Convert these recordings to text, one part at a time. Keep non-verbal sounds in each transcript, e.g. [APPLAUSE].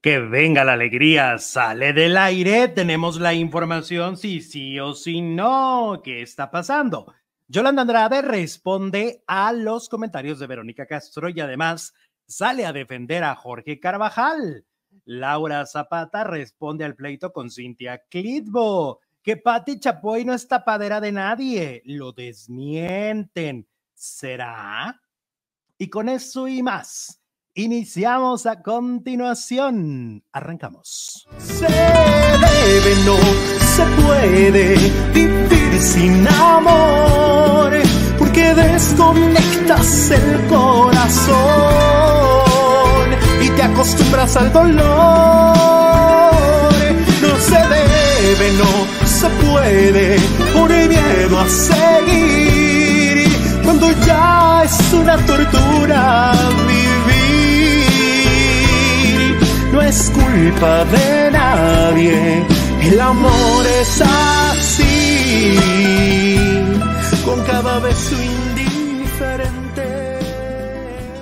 Que venga la alegría, sale del aire, tenemos la información, si sí o si no, ¿qué está pasando? Yolanda Andrade responde a los comentarios de Verónica Castro y además sale a defender a Jorge Carvajal. Laura Zapata responde al pleito con Cintia Clitbo, que Patti Chapoy no es tapadera de nadie, lo desmienten. ¿Será? Y con eso y más. Iniciamos a continuación. Arrancamos. Se debe, no se puede vivir sin amor, porque desconectas el corazón y te acostumbras al dolor. No se debe, no se puede, por el miedo a seguir, cuando ya es una tortura vivir no es culpa de nadie. El amor es así, con cada beso indiferente.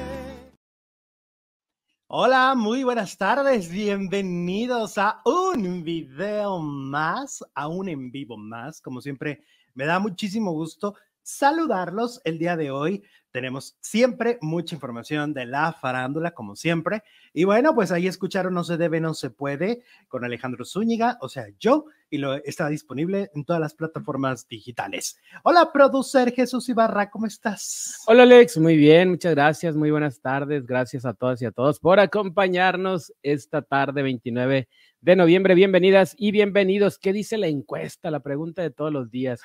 Hola, muy buenas tardes, bienvenidos a un video más, a un en vivo más. Como siempre, me da muchísimo gusto saludarlos el día de hoy. Tenemos siempre mucha información de la farándula, como siempre. Y bueno, pues ahí escucharon No se debe, no se puede con Alejandro Zúñiga, o sea, yo, y lo está disponible en todas las plataformas digitales. Hola, producer Jesús Ibarra, ¿cómo estás? Hola Alex, muy bien, muchas gracias, muy buenas tardes, gracias a todas y a todos por acompañarnos esta tarde 29 de noviembre. Bienvenidas y bienvenidos. ¿Qué dice la encuesta? La pregunta de todos los días.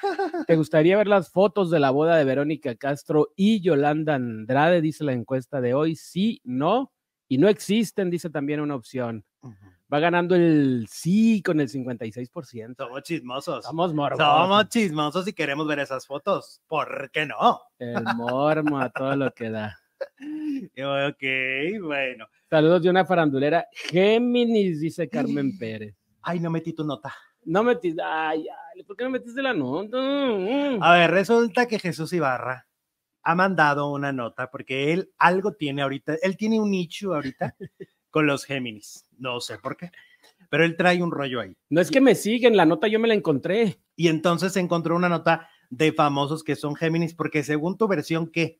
¿Te gustaría ver las fotos de la boda de Verónica Castro y Yolanda Andrade? Dice la encuesta de hoy. Sí, no. Y no existen, dice también una opción. Va ganando el sí con el 56%. Somos chismosos. Somos morbosos. Somos chismosos y queremos ver esas fotos. ¿Por qué no? [LAUGHS] El mormo a todo lo que da. Ok, bueno. Saludos de una farandulera. Géminis, dice Carmen Pérez. Ay, no metí tu nota. No metiste. Ay, ay, ¿por qué no metiste la nota? Mm. A ver, resulta que Jesús Ibarra ha mandado una nota porque él algo tiene ahorita, él tiene un nicho [LAUGHS] ahorita con los Géminis, no sé por qué, pero él trae un rollo ahí. No es que me siguen, la nota yo me la encontré. Y entonces encontró una nota de famosos que son Géminis, porque según tu versión, ¿qué?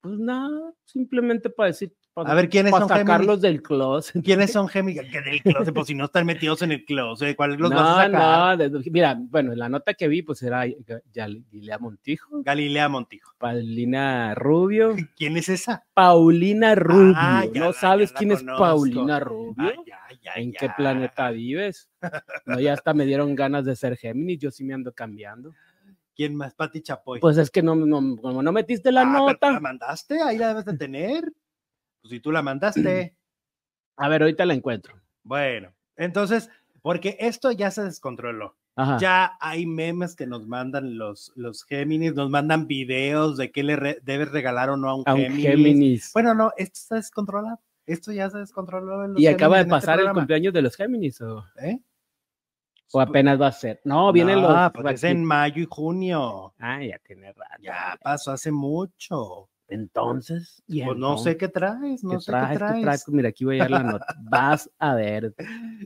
Pues nada, simplemente para decir. Para, A ver, ¿quiénes para son Géminis? sacarlos del closet. ¿Quiénes son Géminis? Que del closet, pues si no están metidos en el closet, ¿cuál los no, vas a sacar? no, desde- mira, bueno, la nota que vi pues era Ga- Yal- Galilea Montijo, Galilea Montijo. Paulina Rubio, ¿Quién es esa? Paulina Rubio. Ah, ya ¿No la- sabes ya la quién es conozco. Ah, Paulina Rubio? Ay, ay, ay, ¿En qué ay. planeta [LAUGHS] vives? No, ya hasta me dieron ganas de ser Géminis, yo sí me ando cambiando. ¿Quién más? Pati Chapoy. Pues es que no, no, como no metiste la Ah, pero tú ¿La nota. mandaste? Ahí la debes de tener. Pues si tú la [CLEARS THROAT] mandaste. A ver, ahorita la encuentro. bueno, entonces, porque esto ya se descontroló. Ajá. Ya hay memes que nos mandan los, los Géminis, nos mandan videos de qué le re- debes regalar o no a un, a un Géminis. Géminis. Bueno, no, esto está descontrolado. Esto ya se descontroló. en los y acaba de Géminis en este pasar el programa, cumpleaños de los Géminis, o, ¿eh? o apenas va a ser. No, vienen los. Ah, pues es en mayo y junio. Ah, ya tiene rato. Ya pasó hace mucho. Entonces, y Pues no sé qué traes, no ¿Qué sé traes, qué traes. qué traes? Mira, aquí voy a llegar [LAUGHS] la nota. Vas a ver.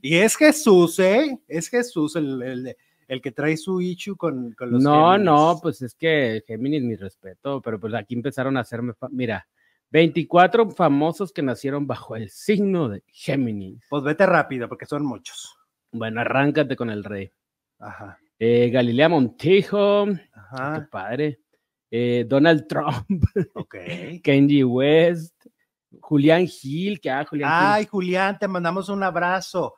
Y es Jesús, ¿eh? Es Jesús el, el- el que trae su ichu con, con los No, Géminis. no, pues es que Géminis, mi respeto, pero pues aquí empezaron a hacerme. fa- Mira, 24 famosos que nacieron bajo el signo de Géminis. Pues vete rápido, porque son muchos. Bueno, arráncate con el rey. Ajá. Eh, Galilea Montijo, qué [LAUGHS] Ajá. padre. Eh, Donald Trump, [LAUGHS] Ok. Kenji West, Julián Gil, que ah, Julián Gil. Ay, Julián, te mandamos un abrazo.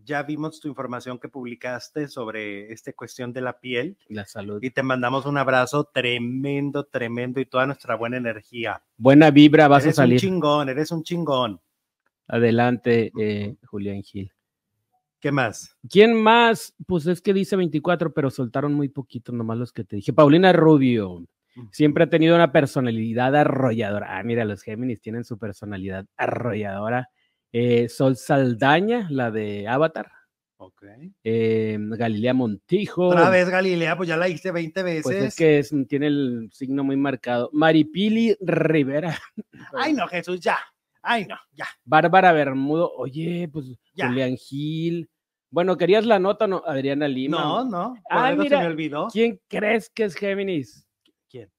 Ya vimos tu información que publicaste sobre esta cuestión de la piel La salud. y te mandamos un abrazo tremendo, tremendo y toda nuestra buena energía. Buena vibra, vas eres a salir. un chingón, eres un chingón. Adelante, eh, Julián Gil. ¿Qué más? ¿Quién más? Pues es que dice 24, pero soltaron muy poquito, nomás los que te dije. Paulina Rubio. Siempre ha tenido una personalidad arrolladora. Ah, mira, los Géminis tienen su personalidad arrolladora. Eh, Sol Saldaña, la de Avatar. Ok. Eh, Galilea Montijo. Otra vez, Galilea, pues ya la hice 20 veces. Oh. Pues es que es- tiene el signo muy marcado. Maripili Rivera. Ay, no, Jesús, ya. Ay, no, ya. Bárbara Bermudo, oye, pues Ya. Julián Gil. Bueno, querías la nota, no, Adriana Lima. No, no. por Ay, algo Ah, mira. se me olvidó. ¿Quién crees que es Géminis? ¿Quién?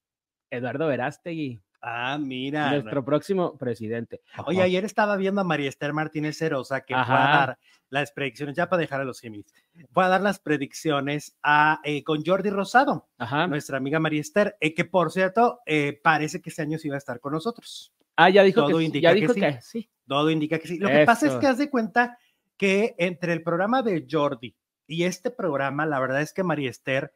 Eduardo Verástegui, Ah, mira. nuestro próximo presidente. Oye, ayer estaba viendo a María Esther Martínez Cerosa que fue Ajá. a dar las predicciones, ya para dejar a los Géminis, fue a dar las predicciones a, eh, con Jordi Rosado, Ajá. nuestra amiga María Esther, eh, que por cierto, eh, parece que este año sí va a estar con nosotros. Ah, ya dijo que todo sí, indica ya que dijo sí. que sí. Todo indica que sí. Lo que pasa es Eso. que haz de cuenta que entre el programa de Jordi y este programa, la verdad es que María Esther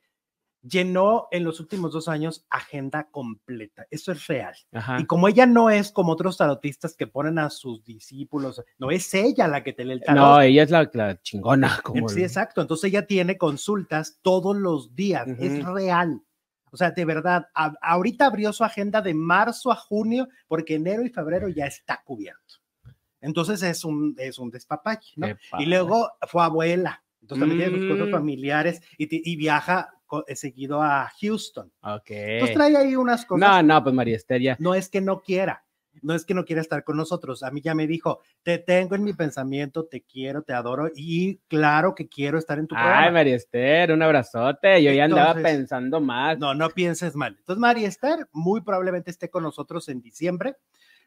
llenó en los últimos dos años agenda completa. Eso es real. Ajá. Y como ella no es como otros tarotistas que ponen a sus discípulos, no es ella la que te lee el tarot. No, ella es la, la chingona. Como Sí, el- exacto. Entonces ella tiene consultas todos los días. Es Ujú. real. O sea, de verdad, a- ahorita abrió su agenda de marzo a junio porque enero y febrero ya está cubierto. Entonces es un, es un despapalle, ¿no? Qué Y padre. luego fue abuela. Entonces también tiene sus cosas Mm. familiares y, ti- y viaja co- eh, seguido a Houston. Ok. Entonces pues, trae ahí unas cosas No, no, pues María Esther ya. no es que no quiera, no es que no quiera estar con nosotros. A mí ya me dijo, te tengo en mi pensamiento, te quiero, te adoro y claro que quiero estar en tu Ay, programa. María Esther, un abrazote. Yo ya andaba Entonces- pensando más. No, no pienses mal. Entonces, María Esther muy probablemente esté con nosotros en diciembre,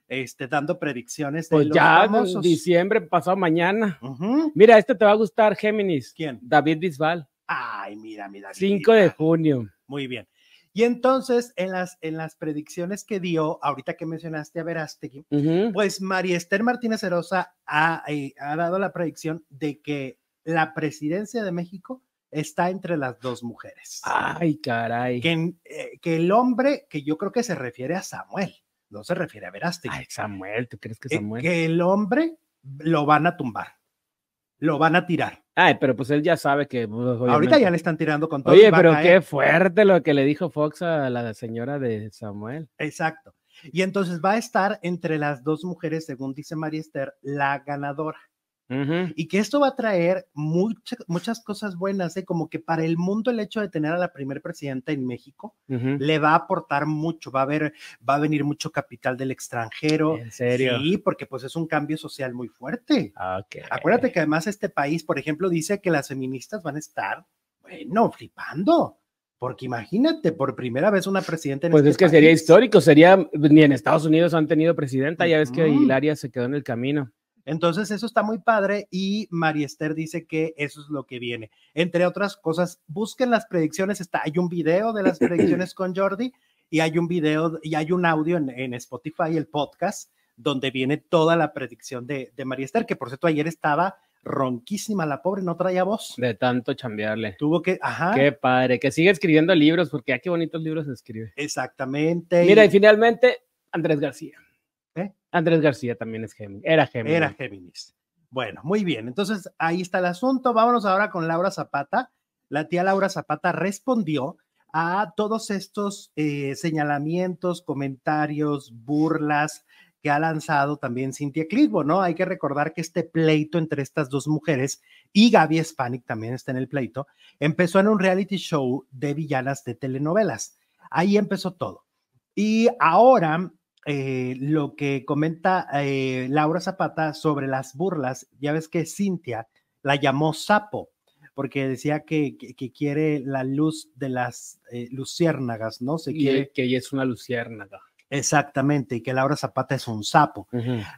este, dando predicciones de pues los ya, en famosos. diciembre, pasado mañana. Ujú. Mira, este te va a gustar, Géminis. ¿Quién? David Bisbal, Ay, mira, mira. 5 de junio. Muy bien. Y entonces, en las, en las predicciones que dio, ahorita que mencionaste a Verástegui, Ujú. Pues María Esther Martínez Herosa ha, eh, ha dado la predicción de que la presidencia de México está entre las dos mujeres. Ay, caray. Que, en- eh, que el hombre, que yo creo que se refiere a Samuel, no se refiere a Verástegui, Ay, Samuel, ¿tú crees que eh, Samuel? que el hombre lo van a tumbar, lo van a tirar. Ay, pero pues él ya sabe que. pues, Ahorita obviamente. ya le están tirando con todo. y Oye, va a pero caer. qué fuerte lo que le dijo Fox a la señora de Samuel. Exacto. Y entonces va a estar entre las dos mujeres, según dice María Esther, la ganadora. Ujú. y que esto va a traer mucha- muchas cosas buenas, ¿eh? como que para el mundo el hecho de tener a la primer presidenta en México Ujú. le va a aportar mucho, va a haber, va a venir mucho capital del extranjero. En serio. Sí, porque pues es un cambio social muy fuerte. Ok. Acuérdate que además este país, por ejemplo, dice que las feministas van a estar, bueno, flipando. Porque imagínate, por primera vez una presidenta en Pues este es que sería país. histórico, sería, ni en Estados Unidos han tenido presidenta, ya ves que Ujú. Hilaria se quedó en el camino. Entonces, eso está muy padre y María Esther dice que eso es lo que viene. Entre otras cosas, busquen las predicciones, está, hay un video de las [LAUGHS] predicciones con Jordi y hay un video y hay un audio en, en Spotify, el podcast, donde viene toda la predicción de, de María Esther, que por cierto ayer estaba ronquísima, la pobre, no traía voz. De tanto chambearle. Tuvo que, ajá, Qué padre, que sigue escribiendo libros, porque ya qué bonitos libros escribe. exactamente. Mira, y finalmente, Andrés García. ¿Eh? Andrés García también es Géminis. Era Géminis. Era Géminis. Bueno, muy bien. Entonces, ahí está el asunto. Vámonos ahora con Laura Zapata. La tía Laura Zapata respondió a todos estos eh, señalamientos, comentarios, burlas que ha lanzado también Cintia Clitbo, ¿no? Hay que recordar que este pleito entre estas dos mujeres y Gaby Spanik también está en el pleito, empezó en un reality show de villanas de telenovelas. Ahí empezó todo. Y ahora eh, lo que comenta eh, Laura Zapata sobre las burlas, ya ves que Cintia la llamó sapo, porque decía que, que- que quiere la luz de las eh, luciérnagas, ¿no? Se Y quiere que ella es una luciérnaga. exactamente, y que Laura Zapata es un sapo.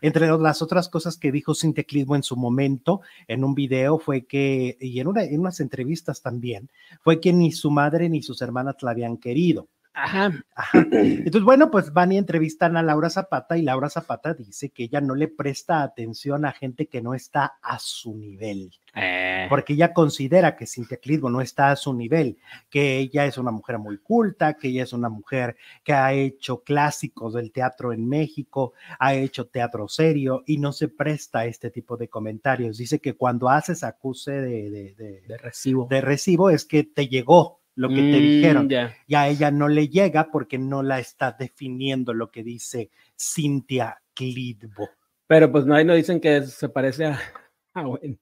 Entre las otras cosas que dijo Cintia Clitbo en su momento, en un video, fue que, y en, una- en unas entrevistas también, fue que ni su madre ni sus hermanas la habían querido. Ajá. Ajá. Entonces, bueno, pues van y entrevistan a Laura Zapata y Laura Zapata dice que ella no le presta atención a gente que no está a su nivel, Eh, porque ella considera que Cintia Clitbo no está a su nivel, que ella es una mujer muy culta, que ella es una mujer que ha hecho clásicos del teatro en México, ha hecho teatro serio y no se presta a este tipo de comentarios. Dice que cuando haces acuse de, de- de- de recibo. de recibo es que te llegó lo que te Mm, dijeron ya. y a ella no le llega porque no la está definiendo lo que dice Cintia Clitbo. Pero pues no, ahí no dicen que se parece a. [LAUGHS] Ah, bueno,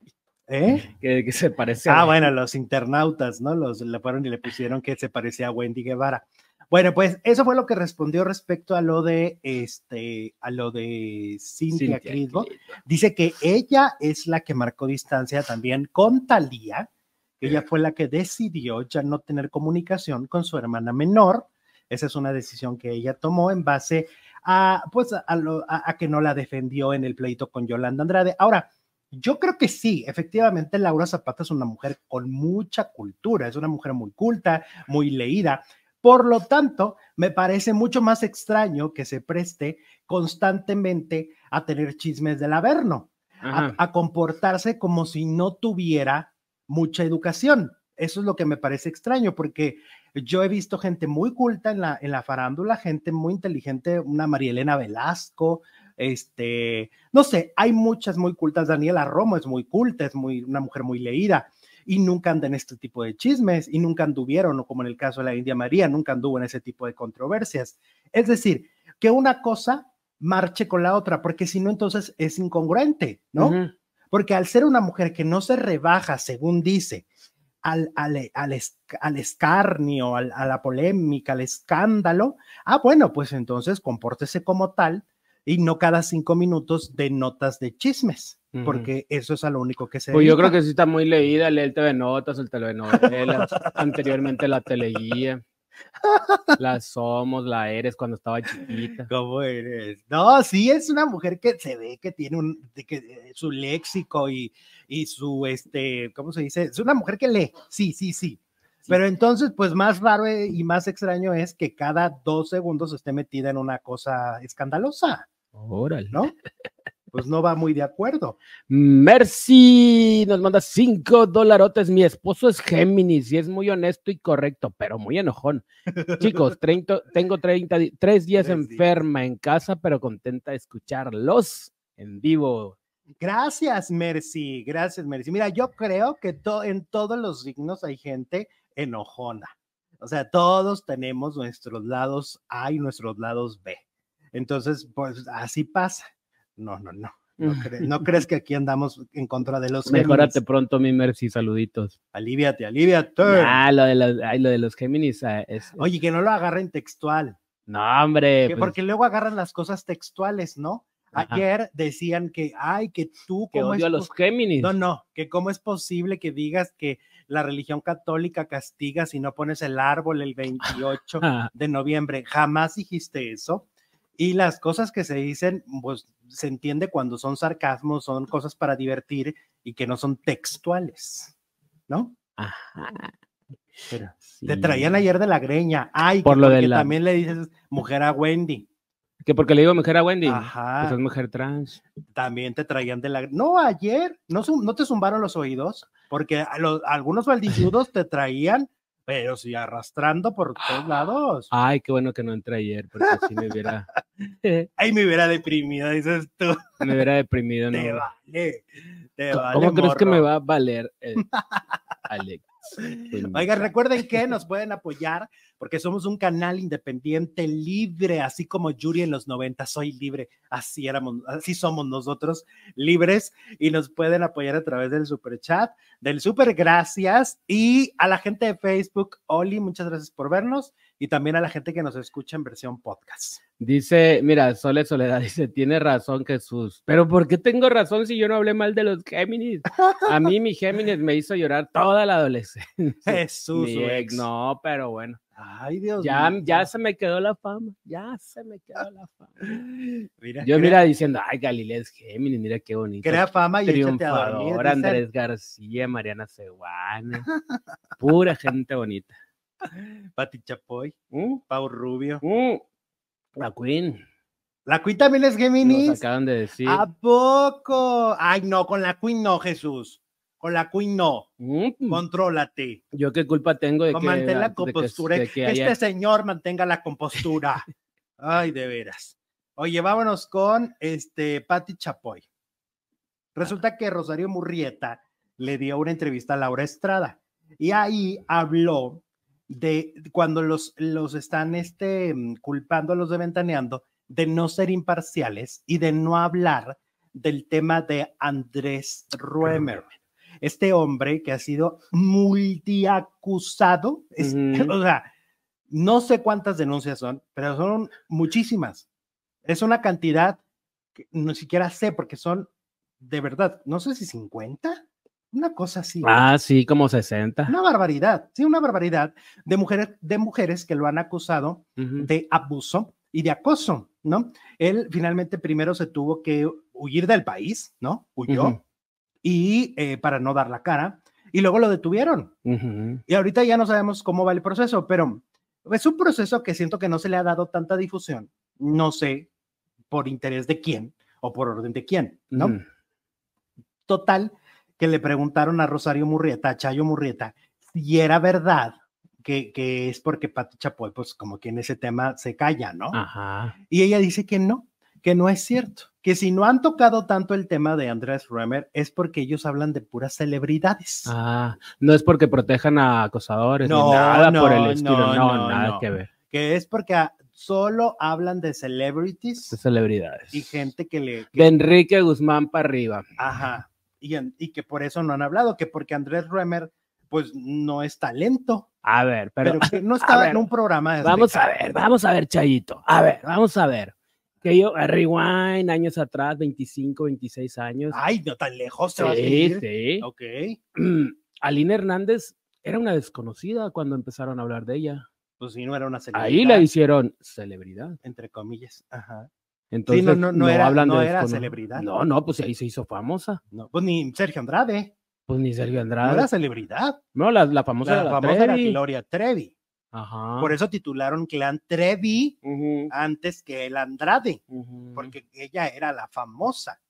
¿Eh? que, que se parece a. Ah, bueno, los internautas, ¿no? Los le fueron y le pusieron que se parecía a Wendy Guevara. Bueno, pues eso fue lo que respondió respecto a lo de este, a lo de Cintia, Cynthia Crisbo. Clitbo. Dice que ella es la que marcó distancia también con Talía. Ella fue la que decidió ya no tener comunicación con su hermana menor. Esa es una decisión que ella tomó en base a, pues, a, lo- a- a que no la defendió en el pleito con Yolanda Andrade. Ahora, yo creo que sí, efectivamente Laura Zapata es una mujer con mucha cultura, es una mujer muy culta, muy leída. Por lo tanto, me parece mucho más extraño que se preste constantemente a tener chismes del Averno, a, Ajá. a comportarse como si no tuviera mucha educación. Eso es lo que me parece extraño, porque yo he visto gente muy culta en la, en la farándula, gente muy inteligente, una Marielena Velasco, este, no sé, hay muchas muy cultas. Daniela Romo es muy culta, es muy, una mujer muy leída y nunca anda en este tipo de chismes y nunca anduvieron, o como en el caso de la India María, nunca anduvo en ese tipo de controversias. Es decir, que una cosa marche con la otra, porque si no, entonces es incongruente, ¿no? Ujú. Porque al ser una mujer que no se rebaja, según dice, al, al, al, es- al escarnio, al- a la polémica, al escándalo, ah, bueno, pues entonces compórtese como tal y no cada cinco minutos de notas de chismes, Ujú. porque eso es a lo único que se. Pues yo dedica. creo que sí está muy leída, lee el TV Notas, el Telenovelas, [LAUGHS] anteriormente [LAUGHS] la Teleguía, la Somos, la Eres cuando estaba chiquita. ¿Cómo eres? No, sí, es una mujer que se ve que tiene un, de que, eh, su léxico y, y su, este, ¿cómo se dice? Es una mujer que lee, sí, sí, sí. Pero entonces, pues más raro eh, y más extraño es que cada dos segundos esté metida en una cosa escandalosa, Órale. ¿no? Pues no va muy de acuerdo. Mercy nos manda cinco dolarotes. Mi esposo es Géminis y es muy honesto y correcto, pero muy enojón. [LAUGHS] Chicos, 30 tengo 30, di- tres días Tres días. enferma en casa, pero contenta de escucharlos en vivo. Gracias, Mercy, gracias, Mercy. Mira, yo creo que to- en todos los signos hay gente enojona. O sea, todos tenemos nuestros lados A y nuestros lados B. Entonces, pues así pasa. No, no, no. No, cre- no crees que aquí andamos en contra de los [LAUGHS] Mejórate Géminis? pronto, mi Mercy, saluditos. Aliviate, aliviate. Ah, lo de los, ay, lo de los Géminis. ah, es- Oye, que no lo agarren textual. no, hombre. Que- pues, porque luego agarran las cosas textuales, ¿no? Ajá. Ayer decían que, ay, que tú que como odio a los Géminis. No, no, que cómo es posible que digas que la religión católica castiga si no pones el árbol el [LAUGHS] 28 Ah, de noviembre. Jamás dijiste eso. Y las cosas que se dicen, pues se entiende cuando son sarcasmos, son cosas para divertir y que no son textuales, ¿no? ajá, Pero Te sí. traían ayer de la greña. Ay, que Por lo de porque la- también le dices mujer a Wendy. Que porque le digo mujer a Wendy. Ajá. Pues es mujer trans. también te traían de la... No, ayer, no, zum- no te zumbaron los oídos, porque a los- algunos maldiciudos te traían, pero sí arrastrando por todos lados. Ay, qué bueno que no entré ayer, porque si me [LAUGHS] hubiera, Ay, me hubiera deprimido, dices tú, me hubiera deprimido. ¿no? te vale, te ¿Cómo vale, crees que me morro. va a valer, eh, [LAUGHS] Alex? Pues, Oigan, recuerden que nos pueden apoyar porque somos un canal independiente libre, así como Yuri en los 90, soy libre, así éramos, así somos nosotros, libres y nos pueden apoyar a través del super chat, del super gracias y a la gente de Facebook, Oli, muchas gracias por vernos y también a la gente que nos escucha en versión podcast. Dice, mira, Sole Soledad dice, tiene razón Jesús, pero ¿por qué tengo razón si yo no hablé mal de los Géminis? A mí mi Géminis me hizo llorar toda la adolescencia. Jesús, Mi su ex, ex. No, pero bueno, Ay, Dios ya, mío. ya se me quedó la fama, ya se me quedó la fama. [LAUGHS] Mira, Yo crea, mira diciendo, ay, Galilea es Géminis, mira qué bonito. crea fama y échate a dormir. Triunfador, dicen. Andrés García, Mariana Seguana, pura gente bonita. Pati Chapoy, Mm, Pau Rubio. mm, La Queen, La Queen también es nos Géminis. acaban de decir. ¿A poco? Ay, no, con la Queen no, Jesús. Con la Queen no. Mm, Contrólate. Yo qué culpa tengo de Con- que Mantén la antes de que- compostura. de eh. que Que haya- este señor mantenga la [LAUGHS] compostura. Ay, de veras. Oye, vámonos con este Patti Chapoy. Resulta que Rosario Murrieta le dio una entrevista a Laura Estrada y ahí habló de cuando los, los están este, mm, culpando a los de Ventaneando de no ser imparciales y de no hablar del tema de Andrés Ruemer. Este hombre que ha sido multiacusado, es- Ujú. [LAUGHS] o sea, No sé cuántas denuncias son, pero son muchísimas. Es una cantidad que no siquiera sé porque son de verdad, no sé si 50, una cosa así. Ah, sí, como 60. Una barbaridad, sí, una barbaridad de mujeres, de mujeres que lo han acusado Ujú. de abuso y de acoso, ¿no? Él finalmente primero se tuvo que huir del país, ¿no? Huyó Ujú. y eh, para no dar la cara y luego lo detuvieron. Ujú. Y ahorita ya no sabemos cómo va el proceso, pero es un proceso que siento que no se le ha dado tanta difusión. No sé por interés de quién o por orden de quién, ¿no? Ujú. Total, que le preguntaron a Rosario Murrieta, a Chayo Murrieta, si era verdad que, que es porque Pati Chapoy, pues como que en ese tema se calla, ¿no? Ah. Ajá. Y ella dice que no, que no es cierto, que si no han tocado tanto el tema de Andrés Römer es porque ellos hablan de puras celebridades. Ah, no es porque protejan a acosadores No, ni nada no, por el estilo. no, No, no, nada no. que ver. que es porque a- solo hablan de celebrities De celebridades. y gente que le... que- De Enrique Guzmán para arriba. ajá, y, en- y que por eso no han hablado, que porque Andrés Ruemer, pues no es talento, [LAUGHS] A ver, pero, pero, que no estaba ver, en un programa de... vamos a ver, vamos a ver, Chayito. A ver, vamos a ver. Que yo, eh, rewind, años atrás, 25, 26 años. Ay, no tan lejos te vas Ah, a sí, ir. sí. Ok. [CLEARS THROAT] Aline Hernández era una desconocida cuando empezaron a hablar de ella. Pues si no era una celebridad. Ahí la hicieron celebridad. Entre comillas. Ajá. Entonces, no, no era- hablan de no era descono- celebridad. No, no, pues ahí se hizo famosa. No, pues ni Sergio Andrade. Pues ni Sergio No Andrade. era celebridad. No, la, la famosa La era la famosa era Trevi. Ah. Gloria Trevi. Ajá. Por e- eso titularon Clan Trevi Ujú, antes que el Andrade. ujú. porque ella era la famosa.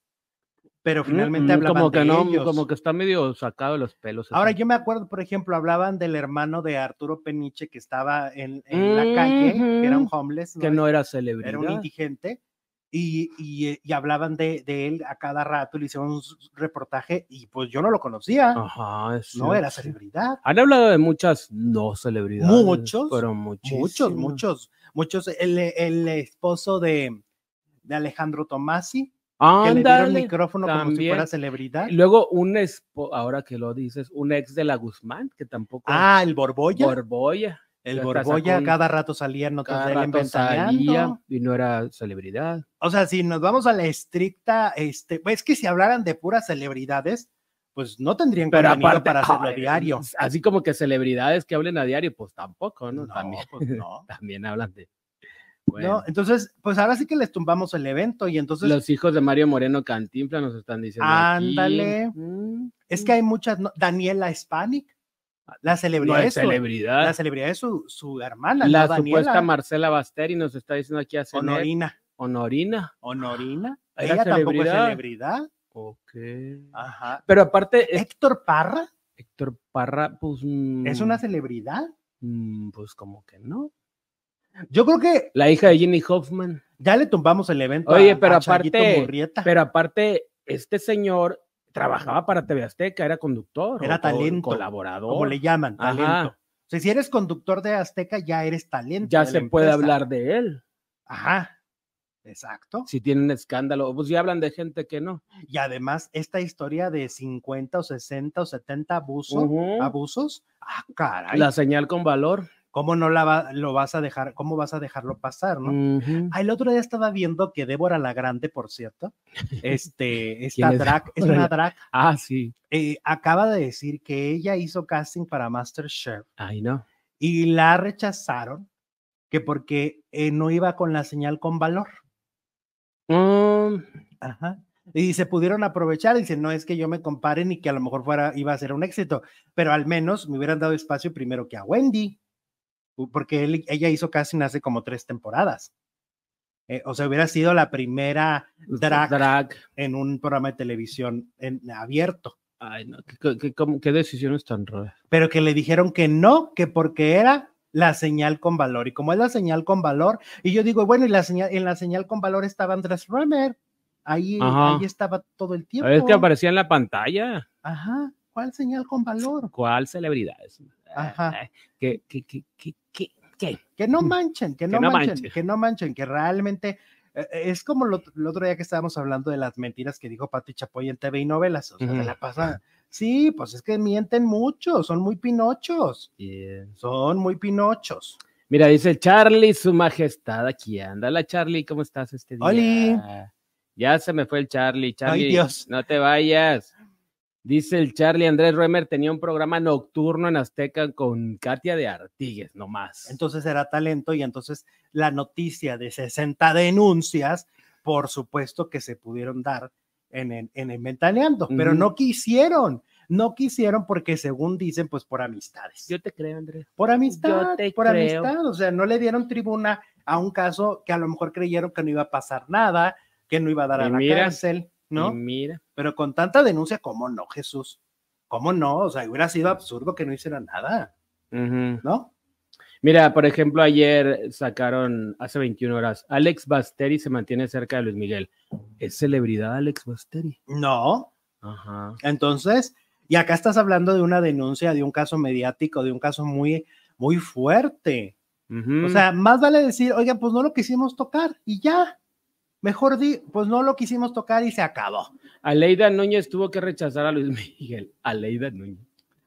Pero Mm. Mm, finalmente mm, hablaban como que de no, ellos. como que está medio sacado de los pelos. Ahora así. yo me acuerdo, por ejemplo, hablaban del hermano de Arturo Peniche que estaba en, en la calle, que era un Ujú. homeless, Mm, que no era celebridad. eh, era un indigente, y, y, eh, y hablaban de, de él a cada rato, le hicieron un s- reportaje y pues yo no lo conocía, Ajá, es no era Ah, cierto. celebridad. Han hablado de muchas no celebridades. Muchos, Pero muchísimas. Muchos, muchos, muchos. El, el esposo de, de Alejandro Tomasi, que le dieron Ándale. micrófono como si también. fuera celebridad. Y Luego un expo, ahora que lo dices, un ex de la Guzmán, que tampoco Ah, el Borboya. Borboya. El Ya hasta Borboya sacó un- cada rato salía en notas cada de él rato salía inventando. y no era celebridad. O sea, si nos vamos a la estricta, este, pues es que si hablaran de puras celebridades, pues no tendrían Pero contenido aparte, para hacerlo ay, diario. Así como que celebridades que hablen a diario, pues tampoco, ¿no? No, también, [LAUGHS] pues [LAUGHS] no. también hablan de. No, Bueno, entonces, pues ahora sí que les tumbamos el evento y entonces los hijos de Mario Moreno Cantinfla nos están diciendo. aquí. Ándale. Mm, es que hay muchas, no- Daniela Hispanic, la No celebridad es es su, celebridad. la celebridad es su, su hermana, La no supuesta Daniela, Marcela Basteri nos está diciendo aquí a Cenet, Honorina, Honorina. Honorina, Era ella tampoco es celebridad. celebridad, Ok. ajá. Pero aparte, es- Héctor Parra Héctor Parra, pues. mm, es una celebridad. mm, Pues como que no. Yo creo que La hija de Ginny Hoffman. ya le tumbamos el evento. Oye, a- pero a Chayito aparte- Murrieta. Pero aparte, este señor trabajaba para TV Azteca, era conductor. Era o- o talento, Colaborador. como le llaman, Ajá. talento. O sea, si eres conductor de Azteca, ya eres talento. de Ya la se puede empresa. hablar de él. Ajá. Exacto. Si tiene un escándalo, pues ya hablan de gente que no. Y además, esta historia de 50 o 60 o 70 abusos, Ujú. abusos, ah, caray. La señal con valor. ¿Cómo no la va- lo vas a dejar, cómo vas a dejarlo pasar, no? Ujú. Ah, el otro día estaba viendo que Débora la Grande, por cierto, este, esta [LAUGHS] ¿Quién es drag, es Débora una la- drag, Ah, sí. eh, acaba de decir que ella hizo casting para MasterChef Ay, no. y la rechazaron que porque eh, no iba con la señal con valor. Mm, Ajá. Y se pudieron aprovechar, dice, no es que yo me compare ni que a lo mejor fuera, iba a ser un éxito, pero al menos me hubieran dado espacio primero que a Wendy, u- porque él- ella hizo casting hace como tres temporadas. Eh, o sea, hubiera sido la primera drag, drag. en un programa de televisión en, abierto, Ay, no, qué, co- qué- cómo- qué decisiones tan raras. pero que le dijeron que no, que porque era la señal con valor. Y como es la señal con valor, y yo digo, bueno, y la señal, en la señal con valor estaba Andrés Römer, ahí, Ajá. ahí estaba todo el tiempo. Es que aparecía en la pantalla. Ajá, ¿cuál señal con valor? ¿Cuál celebridades? Ajá. Ay, ¿Qué, qué, qué, qué, qué, qué? Que no Mm. manchen, que no, no manchen, manchen. que no manchen, que realmente eh, eh, es como lo- el otro día que estábamos hablando de las mentiras que dijo Pati Chapoy en TV y novelas, o sea, se Ujú. la pasan. Sí, pues es que mienten mucho, son muy pinochos, Yeah. son muy pinochos. Mira, dice Charlie, su majestad, aquí anda. Hola, Charlie, ¿cómo estás este día? Oli. Ya se me fue el Charlie, Charlie. Dios. No te vayas. Dice el Charlie, Andrés Ruemer tenía un programa nocturno en Azteca con Katia de Artigues, nomás. Entonces era talento y entonces la noticia de 60 denuncias, por supuesto que se pudieron dar en, en, en el Ventaneando, pero Ujú. no quisieron, no quisieron porque según dicen, pues por amistades. Yo te creo, Andrés. por amistad, yo te por creo. amistad, o sea, no le dieron tribuna a un caso que a lo mejor creyeron que no iba a pasar nada, que no iba a dar a Y la mira, cárcel, ¿No? ¿no? mira. Pero con tanta denuncia, ¿cómo no, Jesús? ¿Cómo no? O sea, hubiera sido absurdo que no hicieran nada, Ujú. ¿no? Mira, por ejemplo, ayer sacaron hace 21 horas. Alex Basteri se mantiene cerca de Luis Miguel. Es celebridad Alex Basteri. No, Ajá. Entonces, y acá estás hablando de una denuncia, de un caso mediático, de un caso muy, muy fuerte. Ujú. O sea, más vale decir, oigan, pues no lo quisimos tocar y ya. Mejor di, pues no lo quisimos tocar y se acabó. Aleida Núñez tuvo que rechazar a Luis [LAUGHS] Miguel. Aleida Núñez.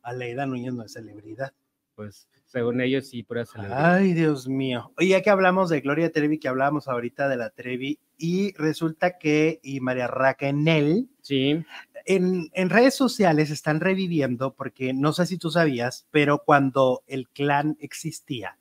Aleida Núñez no es celebridad. Pues, según ellos, sí, Ah, pero celebridad. Ay, Dios mío. Oye, ya que hablamos de Gloria Trevi, que hablábamos ahorita de la Trevi, y resulta que, y María Raquenel, Sí. en, en redes sociales están reviviendo, porque no sé si tú sabías, pero cuando el clan existía,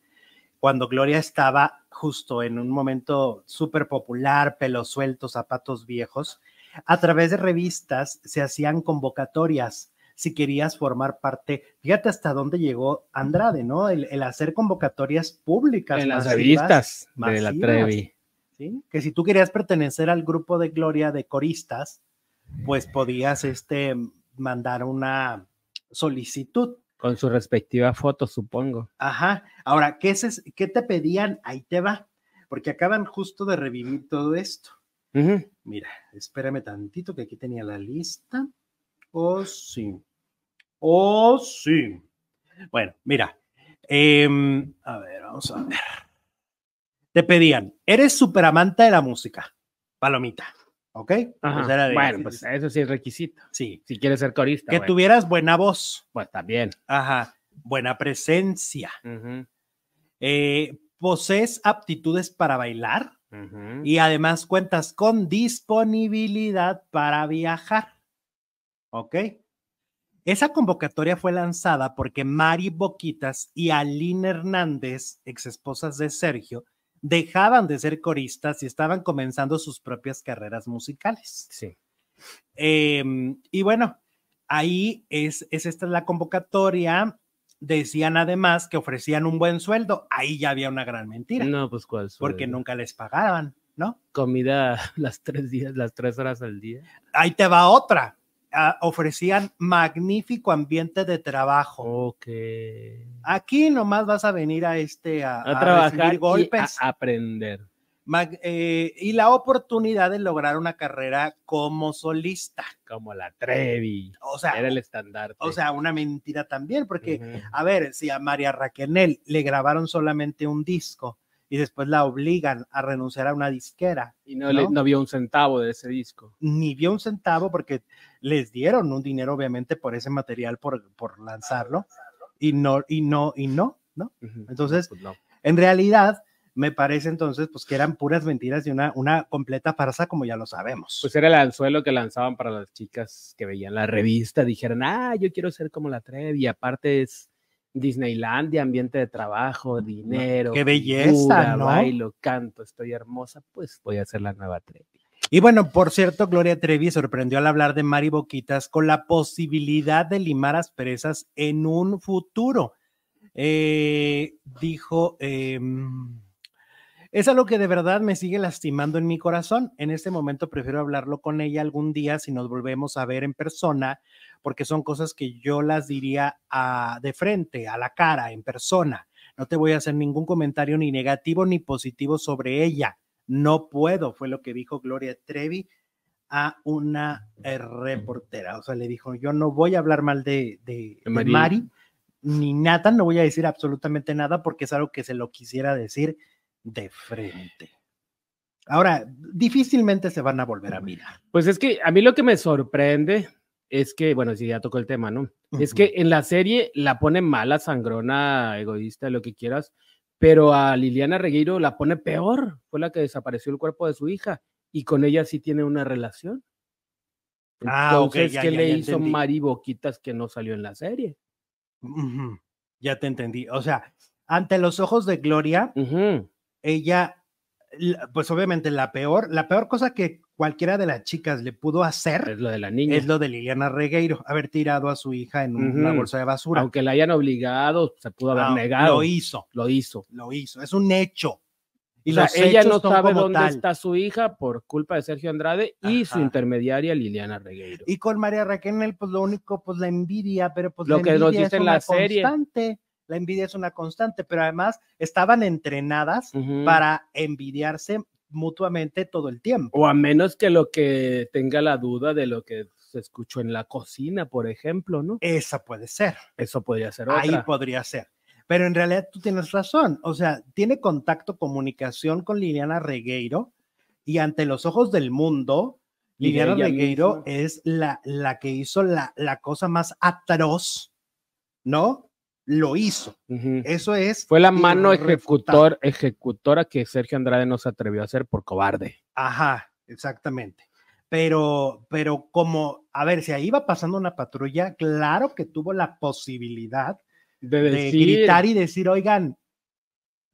cuando Gloria estaba justo en un momento súper popular, pelos sueltos, zapatos viejos, a través de revistas se hacían convocatorias si querías formar parte. Fíjate hasta dónde llegó Andrade, ¿no? El, el hacer convocatorias públicas. En las masivas, revistas de la masivas. Trevi. ¿sí? Que si tú querías pertenecer al grupo de Gloria de coristas, pues podías este, mandar una solicitud. Con su respectiva foto, supongo. Ajá. Ahora, ¿qué, se- ¿qué te pedían? Ahí te va, porque acaban justo de revivir todo esto. Ujú. Mira, espérame tantito que aquí tenía la lista. Oh, sí. Oh, sí. Bueno, mira. em, a ver, vamos a ver. Te pedían, eres superamante de la música, palomita, ¿ok? Ajá. Pues era de- bueno, pues eso sí es requisito. sí. Si quieres ser corista, Que bueno, tuvieras buena voz, pues también. ajá, buena presencia, Ujú, eh, posees aptitudes para bailar, ujú. y además cuentas con disponibilidad para viajar. ¿Ok? Esa convocatoria fue lanzada porque Mari Boquitas y Aline Hernández, exesposas de Sergio, dejaban de ser coristas y estaban comenzando sus propias carreras musicales. Sí. Em, y bueno, ahí es, es esta la convocatoria. Decían además que ofrecían un buen sueldo. Ahí ya había una gran mentira, No, pues cuál. porque sueldo? nunca les pagaban, ¿no? Comida [LAUGHS] las tres días, las tres horas al día. ahí te va otra. Ah, ofrecían magnífico ambiente de trabajo. Ok. Aquí nomás vas a venir a este a, A, a trabajar recibir y golpes a aprender. Mag- eh, y la oportunidad de lograr una carrera como solista. Como la Trevi. O sea, Era el estandarte. Ah. o sea, una mentira también, porque Ujú. a ver, si a María Raquenel le grabaron solamente un disco y después la obligan a renunciar a una disquera, Y no, le- ¿no? no vio un centavo de ese disco. ni vio un centavo porque les dieron un dinero obviamente por ese material por, por lanzarlo y no y no y no no Ujú. entonces Pues no. en realidad me parece entonces pues que eran puras mentiras y una una completa farsa como ya lo sabemos Pues era el anzuelo que lanzaban para las chicas que veían la revista, dijeron, ah, yo quiero ser como la Trevi, aparte es Disneylandia, ambiente de trabajo, dinero, Mm, qué belleza, ¿no? bailo, canto, estoy hermosa, pues voy a ser la nueva Trevi. y bueno por cierto Gloria Trevi sorprendió al hablar de Mari Boquitas con la posibilidad de limar asperezas en un futuro Eh, dijo em, Es algo que de verdad me sigue lastimando en mi corazón. En este momento prefiero hablarlo con ella algún día si nos volvemos a ver en persona, porque son cosas que yo las diría a- de frente, a la cara, en persona. No te voy a hacer ningún comentario ni negativo ni positivo sobre ella. No puedo, fue lo que dijo Gloria Trevi a una eh, reportera. O sea, le dijo, yo no voy a hablar mal de, de- de Mari. Mari, ni nada, no voy a decir absolutamente nada porque es algo que se lo quisiera decir de frente. Ahora, difícilmente se van a volver a mirar. Pues es que a mí lo que me sorprende es que, bueno, si ya tocó el tema, ¿no? Es que en la serie la ponen mala, sangrona, egoísta, lo que quieras, pero a Liliana Regueiro la pone peor, fue la que desapareció el cuerpo de su hija y con ella sí tiene una relación. Ah, Entonces, ok, ya, ¿qué ya, le ya hizo entendí. Mari Boquitas que no salió en la serie? Ujú, Ya te entendí. O sea, ante los ojos de Gloria, Ujú, ella, la- pues obviamente la peor, la peor cosa que cualquiera de las chicas le pudo hacer Es lo de la niña. es lo de Liliana Regueiro, haber tirado a su hija en una Ujú. bolsa de basura. Aunque la hayan obligado, se pudo haber Ah, negado. Lo hizo, Lo hizo. lo hizo. Es un hecho. Y O sea, los ella hechos no son sabe como dónde tal. está su hija por culpa de Sergio Andrade y su Ajá. intermediaria Liliana Regueiro. Y con María Raquel, pues lo único, pues la envidia, pero pues Lo la que nos envidia dice es en la una serie. constante. La envidia es una constante, pero además estaban entrenadas Ujú. para envidiarse mutuamente todo el tiempo. O a menos que lo que tenga la duda de lo que se escuchó en la cocina, por ejemplo, ¿no? Esa puede ser, Eso podría ser ahí otra. podría ser. Pero en realidad tú tienes razón, o sea, tiene contacto, comunicación con Liliana Regueiro y ante los ojos del mundo, Y de Liliana ella Regueiro misma. es la, la que hizo la, la cosa más atroz, ¿no? Lo hizo. Ujú. Eso es. Fue la mano irrefutable. ejecutor, ejecutora que Sergio Andrade no se atrevió a hacer por cobarde. Ajá, exactamente. Pero, pero como, a ver, si ahí iba pasando una patrulla, claro que tuvo la posibilidad De de decir, gritar y decir, oigan,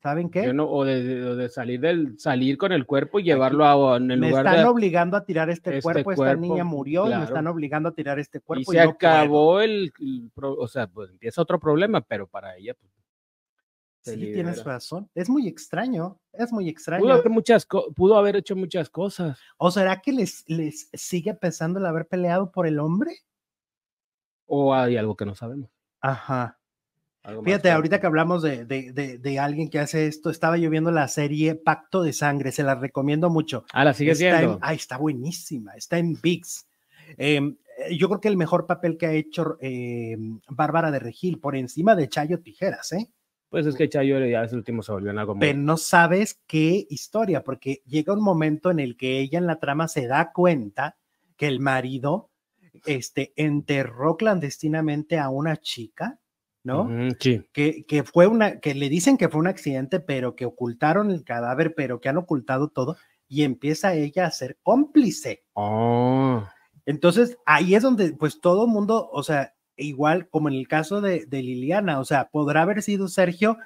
¿saben qué? Pues yo no- o de, de- o de salir del salir con el cuerpo y llevarlo a en el me lugar están de obligando a tirar este, este cuerpo, esta cuerpo, niña murió, y me claro. están obligando a tirar este y cuerpo. se no puedo". acabó el, el pro- o sea, pues empieza otro problema, pero para ella pues, se Sí, tienes libera. razón. Es muy extraño, es muy pudo extraño. haber muchas co- pudo haber hecho muchas cosas. ¿O será que les, les sigue pesando el haber peleado por el hombre? O hay algo que no sabemos. Ajá. algo más Fíjate, que- ahorita que hablamos de, de- de- de alguien que hace esto, estaba yo viendo la serie Pacto de Sangre, se la recomiendo mucho. Ah, la sigue está, siendo. en, ay, está buenísima, está en VIX. Em, eh, yo creo que el mejor papel que ha hecho em, Bárbara de Regil, por encima de Chayo Tijeras, ¿eh? Pues es que Chayo ya ese último se volvió en algo muy- Pero no sabes qué historia, porque llega un momento en el que ella en la trama se da cuenta que el marido este, enterró clandestinamente a una chica, ¿no? Ujú, sí. que, que fue una, que le dicen que fue un accidente, pero que ocultaron el cadáver, pero que han ocultado todo, y empieza ella a ser cómplice. Oh. Entonces, ahí es donde, pues, todo mundo, o sea, igual como en el caso de, de Liliana, o sea, podrá haber sido Sergio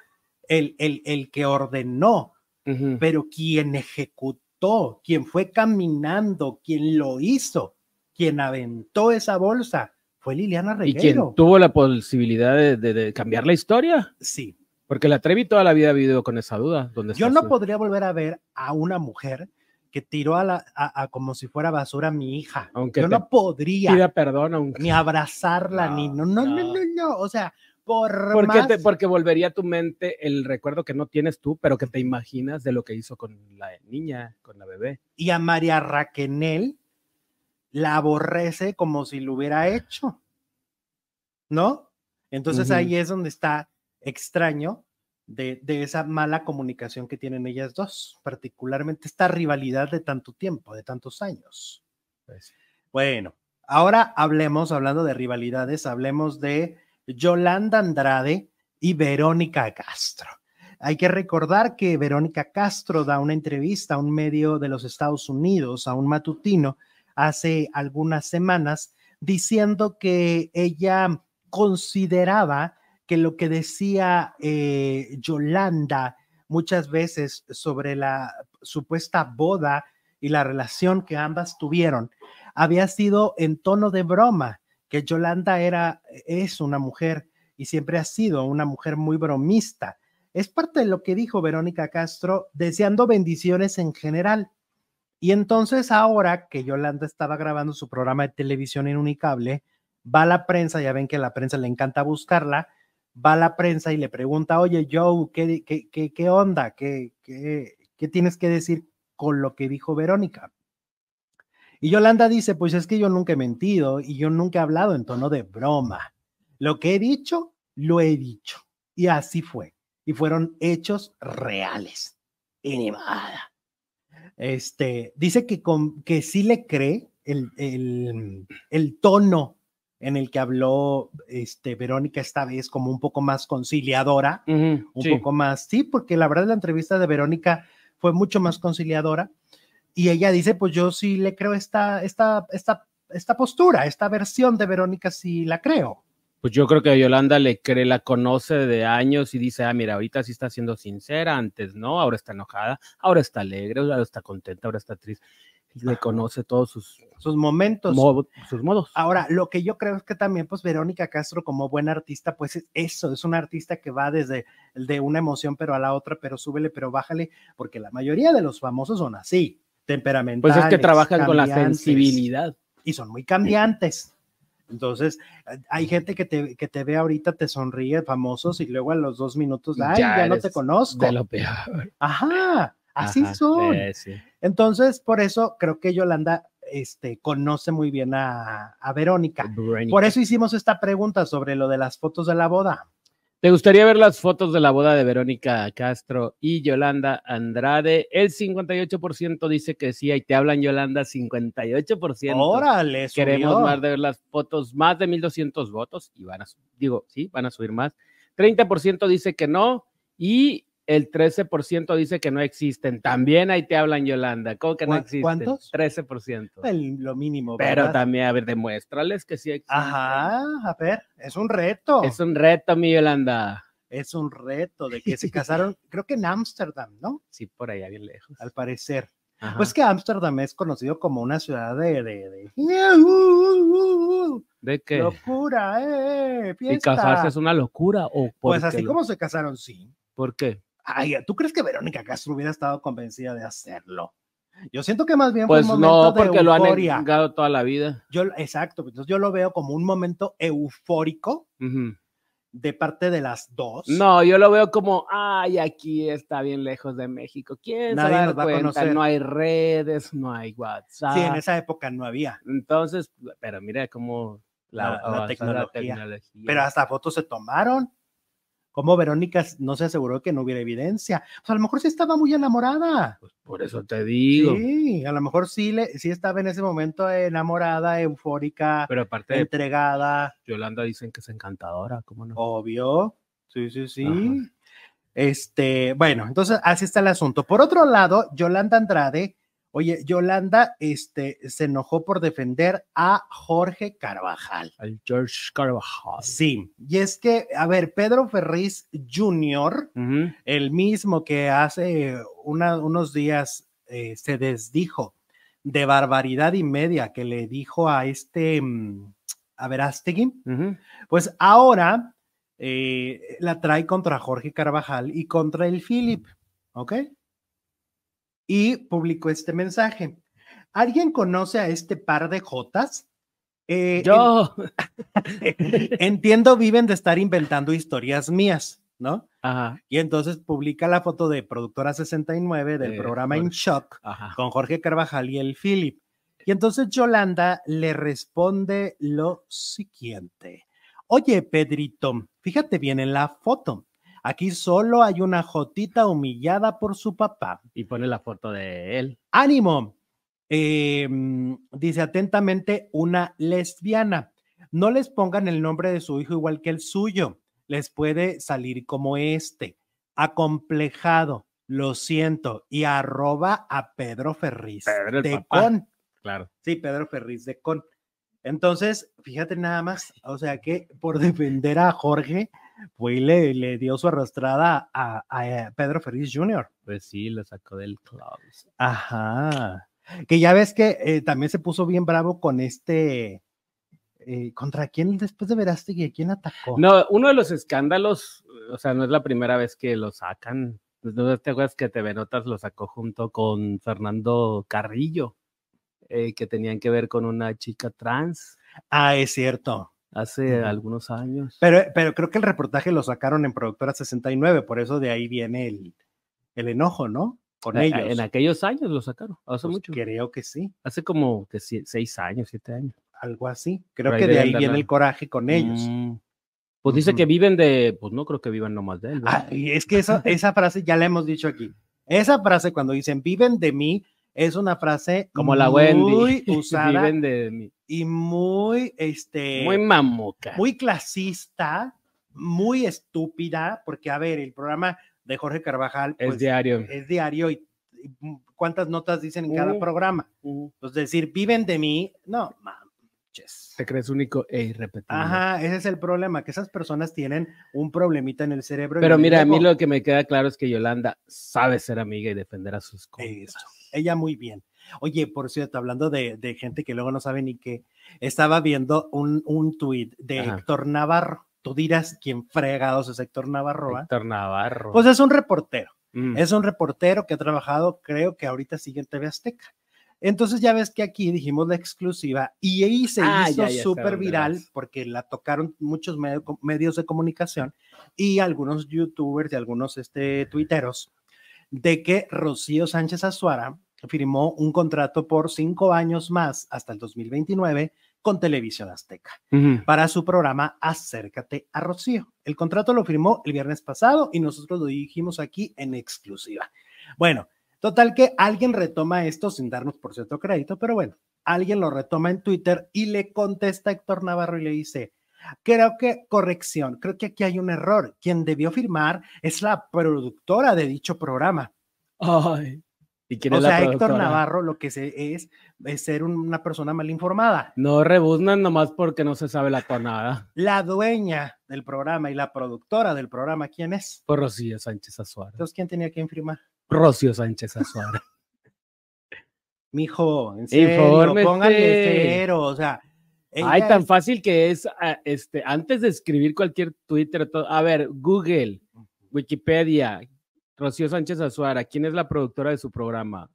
el, el, el que ordenó, Ujú. pero quien ejecutó, quien fue caminando, quien lo hizo, quien aventó esa bolsa, fue Liliana y quien Regueiro. tuvo la posibilidad de, de- de cambiar la historia, Sí, porque la Trevi toda la vida ha vivido con esa duda. ¿dónde Yo está no su- podría volver a ver a una mujer que tiró a la a, a como si fuera basura a mi hija. Aunque Yo te no podría pida perdón, aunque, ni abrazarla ni no no No, no no. no no, o sea, por porque, más te- porque volvería a tu mente el recuerdo que no tienes tú, pero que te imaginas de lo que hizo con la niña, con la bebé. y a María Raquenel la aborrece como si lo hubiera hecho. ¿No? Entonces Ujú. ahí es donde está extraño de, de esa mala comunicación que tienen ellas dos, particularmente esta rivalidad de tanto tiempo, de tantos años. Pues, Bueno, ahora hablemos, hablando de rivalidades, hablemos de Yolanda Andrade y Verónica Castro. Hay que recordar que Verónica Castro da una entrevista a un medio de los Estados Unidos, a un matutino, hace algunas semanas, diciendo que ella consideraba que lo que decía eh, Yolanda muchas veces sobre la supuesta boda y la relación que ambas tuvieron había sido en tono de broma, que Yolanda era, es una mujer y siempre ha sido una mujer muy bromista. Es parte de lo que dijo Verónica Castro, deseando bendiciones en general. Y entonces ahora que Yolanda estaba grabando su programa de televisión en Unicable, va la prensa, ya ven que a la prensa le encanta buscarla, va la prensa y le pregunta, oye Joe, ¿qué, di- qué, qué, qué onda? ¿Qué, qué, ¿Qué tienes que decir con lo que dijo Verónica? Y Yolanda dice, pues es que yo nunca he mentido y yo nunca he hablado en tono de broma. Lo que he dicho, lo he dicho. Y así fue. Y fueron hechos reales. Y ni nada. Este, dice que, con, que sí le cree el, el, el tono en el que habló este, Verónica esta vez como un poco más conciliadora, Ujú, un sí. poco más, sí, porque la verdad la entrevista de Verónica fue mucho más conciliadora y ella dice, pues yo sí le creo esta, esta, esta, esta postura, esta versión de Verónica sí la creo. Pues yo creo que Yolanda le cree, la conoce de años y dice, ah, mira, ahorita sí está siendo sincera, antes no, ahora está enojada, ahora está alegre, ahora está contenta, ahora está triste. Le conoce todos sus, Sus momentos. modos- sus modos. Ahora, lo que yo creo es que también, pues Verónica Castro, como buena artista, pues es eso, es una artista que va desde el de una emoción, pero a la otra, pero súbele, pero bájale, porque la mayoría de los famosos son así, temperamentales. Pues es que trabajan con la cambiantes, sensibilidad. Y son muy cambiantes. Entonces, eh, hay gente que te, que te ve ahorita, te sonríe, famosos, y luego a los dos minutos, ay, ya, no eres te conozco. De lo peor. Ajá, así Ajá, son. eh, sí. Entonces, por eso creo que Yolanda este, conoce muy bien a, a Verónica. Brainy. Por eso hicimos esta pregunta sobre lo de las fotos de la boda. ¿Te gustaría ver las fotos de la boda de Verónica Castro y Yolanda Andrade? El 58% dice que sí, ahí te hablan Yolanda, 58%. Órale, subió. Queremos más de ver las fotos, más de 1200 votos y van a, su- digo, sí, van a subir más. 30% dice que no y el 13% dice que no existen. También ahí te hablan Yolanda, ¿cómo que no ¿Cuán- existen? cuántos? 13%. El- lo mínimo. Pero ¿verdad? también, a ver, demuéstrales que sí existen. Ajá, a ver, es un reto. Es un reto, mi Yolanda. Es un reto de que [LAUGHS] se casaron, creo que en Ámsterdam, ¿no? Sí, por allá bien lejos. Al parecer. Ajá. Pues que Ámsterdam es conocido como una ciudad de... de, de- ¡Uh, uh, uh, uh! ¿De qué? locura, eh! ¿Y Fiesta. casarse es una locura? ¿O por Pues qué así lo- como se casaron, sí. ¿Por qué? Ay, ¿tú crees que Verónica Castro hubiera estado convencida de hacerlo? Yo siento que más bien Pues fue un momento no, de porque lo han euforia. negado toda la vida. Yo, exacto, entonces yo lo veo como un momento eufórico Ujú. de parte de las dos. No, yo lo veo como, ay, aquí está bien lejos de México. ¿Quién Nadie se va a nos dar va a cuenta? conocer. No hay redes, no hay WhatsApp. Sí, en esa época no había, Entonces, pero mira cómo La- la avanzada tecnología. tecnología. pero hasta fotos se tomaron. Como Verónica no se aseguró que no hubiera evidencia. O sea, a lo mejor sí estaba muy enamorada. Pues por eso te digo. Sí, a lo mejor sí, le, sí estaba en ese momento enamorada, eufórica, Pero aparte, de entregada, Yolanda dicen que es encantadora, ¿cómo Oh. no? obvio. Sí, sí, sí. Ajá. Este, bueno, entonces así está el asunto. Por otro lado, Yolanda Andrade, oye, Yolanda este, se enojó por defender a Jorge Carvajal. Al George Carvajal. Sí, y es que, a ver, Pedro Ferriz Jr., Ujú. el mismo que hace una- unos días eh, se desdijo de barbaridad y media que le dijo a este, mm, a Verástegui, Ujú. pues ahora eh, la trae contra Jorge Carvajal y contra el Philip, ¿ok? Y publicó este mensaje. ¿Alguien conoce a este par de Jotas? Eh, Yo. en- [LAUGHS] entiendo, viven de estar inventando historias mías, ¿no? [LAUGHS] Ajá, Y entonces publica la foto de Productora 69 del Eh, programa In Jorge. Shock ajá. con Jorge Carvajal y el Philip. Y entonces Yolanda le responde lo siguiente. Oye, Pedrito, fíjate bien en la foto. Aquí solo hay una jotita humillada por su papá. Y pone la foto de él. ¡Ánimo! Eh, mm, dice atentamente una lesbiana. No les pongan el nombre de su hijo igual que el suyo. Les puede salir como este. Acomplejado. Lo siento. Y arroba a Pedro Ferriz. Pedro el de papá. con. Claro. Sí, Pedro Ferriz de con. Entonces, fíjate nada más. O sea que por defender a Jorge, fue y le, le dio su arrastrada a, a, a Pedro Ferriz Jr. Pues sí, lo sacó del closet. Ajá. Que ya ves que eh, también se puso bien bravo con este. eh, ¿Contra quién después de Verástegui? ¿A quién atacó? No, uno de los escándalos, o sea, no es la primera vez que lo sacan. ¿No te acuerdas que TV Notas lo sacó junto con Fernando Carrillo, eh, que tenían que ver con una chica trans Ah, es cierto. hace Ujú. algunos años? Pero, eh, pero creo que el reportaje lo sacaron en Productora 69, por eso de ahí viene el, el enojo, ¿no? Con A- a- ellos. En aquellos años lo sacaron, hace Pues mucho. Creo que sí, Hace como que si- seis años, siete años. algo así. Creo Por ahí que de deben ahí de viene andar. el coraje con ellos. Mm, Pues dice Ujú. que viven de, pues no creo que vivan nomás de él. ¿verdad? Ah, y es que esa, esa frase ya la hemos dicho aquí. Esa frase cuando dicen viven de mí es una frase Como la muy [LAUGHS] Wendy. usada viven de mí. y muy, este, Eh, Muy mamuca. muy clasista, muy estúpida, porque a ver, el programa de Jorge Carvajal es pues, diario. es diario y, y mm, cuántas notas dicen en cada Uh. programa. Pues decir, viven de mí, no manches. Te crees único e irrepetible. Ajá, ese es el problema, que esas personas tienen un problemita en el cerebro. y Pero en el mira, a mí ego. lo que me queda claro es que Yolanda sabe ser amiga y defender a sus Eso. compañeros. Ella muy bien. Oye, por cierto, hablando de, de gente que luego no sabe ni qué, estaba viendo un, un tuit de Ajá. Héctor Navarro. Tú dirás quién fregados es Héctor Navarro, ¿va? Héctor Navarro. ¿eh? Pues es un reportero. Mm. Es un reportero que ha trabajado, creo que ahorita sigue en TV Azteca. Entonces ya ves que aquí dijimos la exclusiva y ahí se Ah, ya, hizo ya sé súper dónde viral vas. porque la tocaron muchos medio- medios de comunicación y algunos youtubers y algunos este, tuiteros de que Rocío Sánchez Azuara firmó un contrato por cinco años más hasta el 2029 con Televisión Azteca Ujú. para su programa Acércate a Rocío. El contrato lo firmó el viernes pasado y nosotros lo dijimos aquí en exclusiva. Bueno, total que alguien retoma esto sin darnos por cierto crédito, pero bueno, alguien lo retoma en Twitter y le contesta a Héctor Navarro y le dice, creo que corrección, creo que aquí hay un error. Quien debió firmar es la productora de dicho programa. Ay. ¿Y quién O es la sea, Héctor productora? Navarro lo que se es es ser un- una persona mal informada. No rebuznan nomás porque no se sabe la tonada. La dueña del programa y la productora del programa, ¿quién es? Por Rocío Sánchez Azuara. Entonces, ¿quién tenía que firmar? Rocío Sánchez Azuara. Mijo, en serio, Infórmese. pónganle cero, o sea. ella Ay, tan es- fácil que es, ah, este, antes de escribir cualquier Twitter, todo- a ver, Google, Wikipedia, Rocío Sánchez Azuara, ¿quién es la productora de su programa?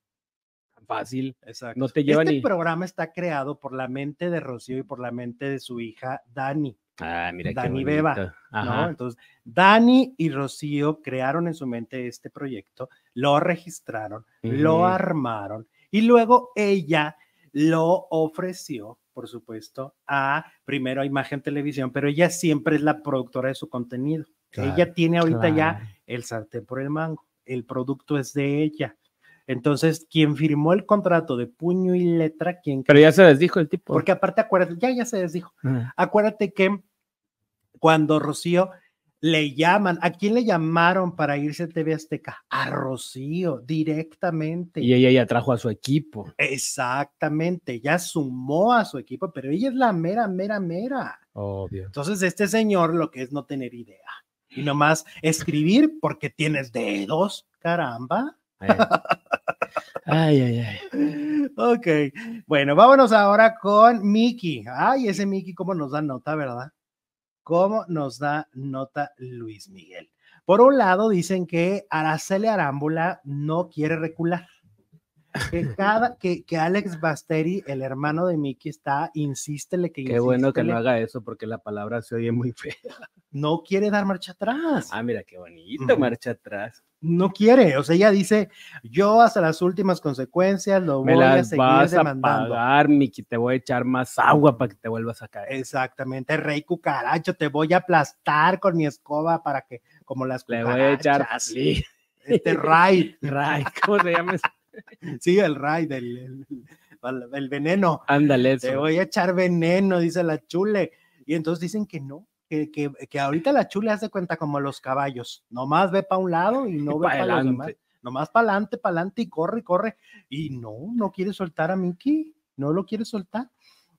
Tan fácil. Exacto. No te lleva este ni. programa está creado por la mente de Rocío y por la mente de su hija Dani, Ah, mira qué Dani bonito. Beba, ¿no? Ajá. Entonces, Dani y Rocío crearon en su mente este proyecto, lo registraron, Ujú. lo armaron y luego ella lo ofreció, por supuesto, a primero a Imagen Televisión, pero ella siempre es la productora de su contenido. Claro, ella tiene ahorita ya Claro. el sartén por el mango. El producto es de ella. Entonces, quien firmó el contrato de puño y letra, quien. Pero ya se les dijo el tipo. Porque aparte, acuérdate, ya, ya se les dijo. Ah, Acuérdate que cuando Rocío le llaman, ¿a quién le llamaron para irse a TV Azteca? A Rocío, directamente. Y ella ya trajo a su equipo. Exactamente, ya sumó a su equipo, pero ella es la mera, mera, mera. Obvio. Entonces, este señor lo que es no tener idea y nomás escribir porque tienes dedos, caramba. Eh. [LAUGHS] Ay, ay, ay. Ok, bueno, vámonos ahora con Mickey. Ay, ese Mickey, cómo nos da nota, ¿verdad? Cómo nos da nota Luis Miguel. Por un lado, dicen que Araceli Arámbula no quiere recular. [LAUGHS] Que, cada, que, que Alex Basteri, el hermano de Mickey, está, insístele que Qué bueno que no insístele, haga eso porque la palabra se oye muy fea. no quiere dar marcha atrás. Ah, mira qué bonito, Ujú. marcha atrás. no quiere. O sea, ella dice, yo hasta las últimas consecuencias lo Me voy a las seguir vas a demandando. pagar, Miki, te voy a echar más agua para que te vuelvas a caer. Exactamente, rey cucaracho, te voy a aplastar con mi escoba para que, como las Le voy a echar cucarachas, [LAUGHS] sí, [LAUGHS] Este ray, Ray, ¿cómo se llama? eso? sí, el ray del el- el- el veneno. Ándale, Te eso. voy a echar veneno, dice la chule. Y entonces dicen que no, que, que, que ahorita la chule hace cuenta como los caballos. Nomás ve para un lado y no [LAUGHS] Y ve pa' para los demás. adelante. Nomás para adelante, para adelante y corre, y corre. Y no, no quiere soltar a Mickey, no lo quiere soltar.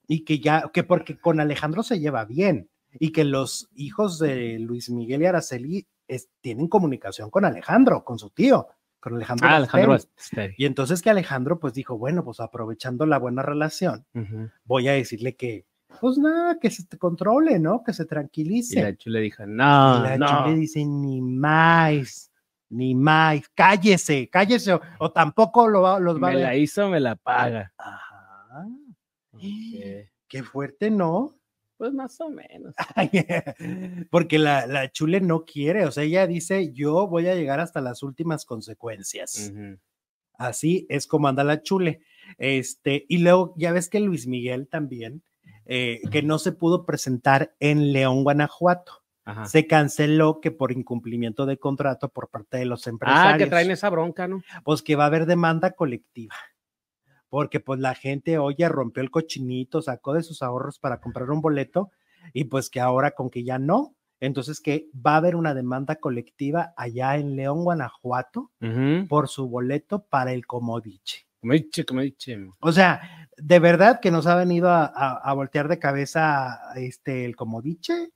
Y que ya, que porque con Alejandro se lleva bien y que los hijos de Luis Miguel y Araceli es- tienen comunicación con Alejandro, con su tío, con Alejandro. Ah, Alejandro Basteri. Basteri. Y entonces que Alejandro pues dijo, bueno, pues aprovechando la buena relación, Ujú. voy a decirle que, pues nada, que se te controle, ¿no? Que se Y tranquilice. la chula dijo, no, Y la no. Chule dice, ni más, ni más, cállese, cállese, o, o tampoco lo va- los va me a ver. la hizo, me [GASPS] la paga. Ajá, Ok. qué fuerte, ¿no? [LAUGHS] Pues más o menos. Ah, Porque la, la chule no quiere, o sea, ella dice, yo voy a llegar hasta las últimas consecuencias. Ujú. Así es como anda la chule. Este, y luego ya ves que Luis Miguel también, eh, que no se pudo presentar en León, Guanajuato. Ajá. Ah, Se canceló que por incumplimiento de contrato por parte de los Ah, empresarios. que traen esa bronca, ¿no? Pues que va a haber demanda colectiva. porque pues la gente, oye, rompió el cochinito, sacó de sus ahorros para comprar un boleto y pues que ahora con que ya no, entonces que va a haber una demanda colectiva allá en León, Guanajuato, Ujú. por su boleto para el Comodiche. Como dice, como dice. O sea, de verdad que nos ha venido a, a- a voltear de cabeza este el Comodiche.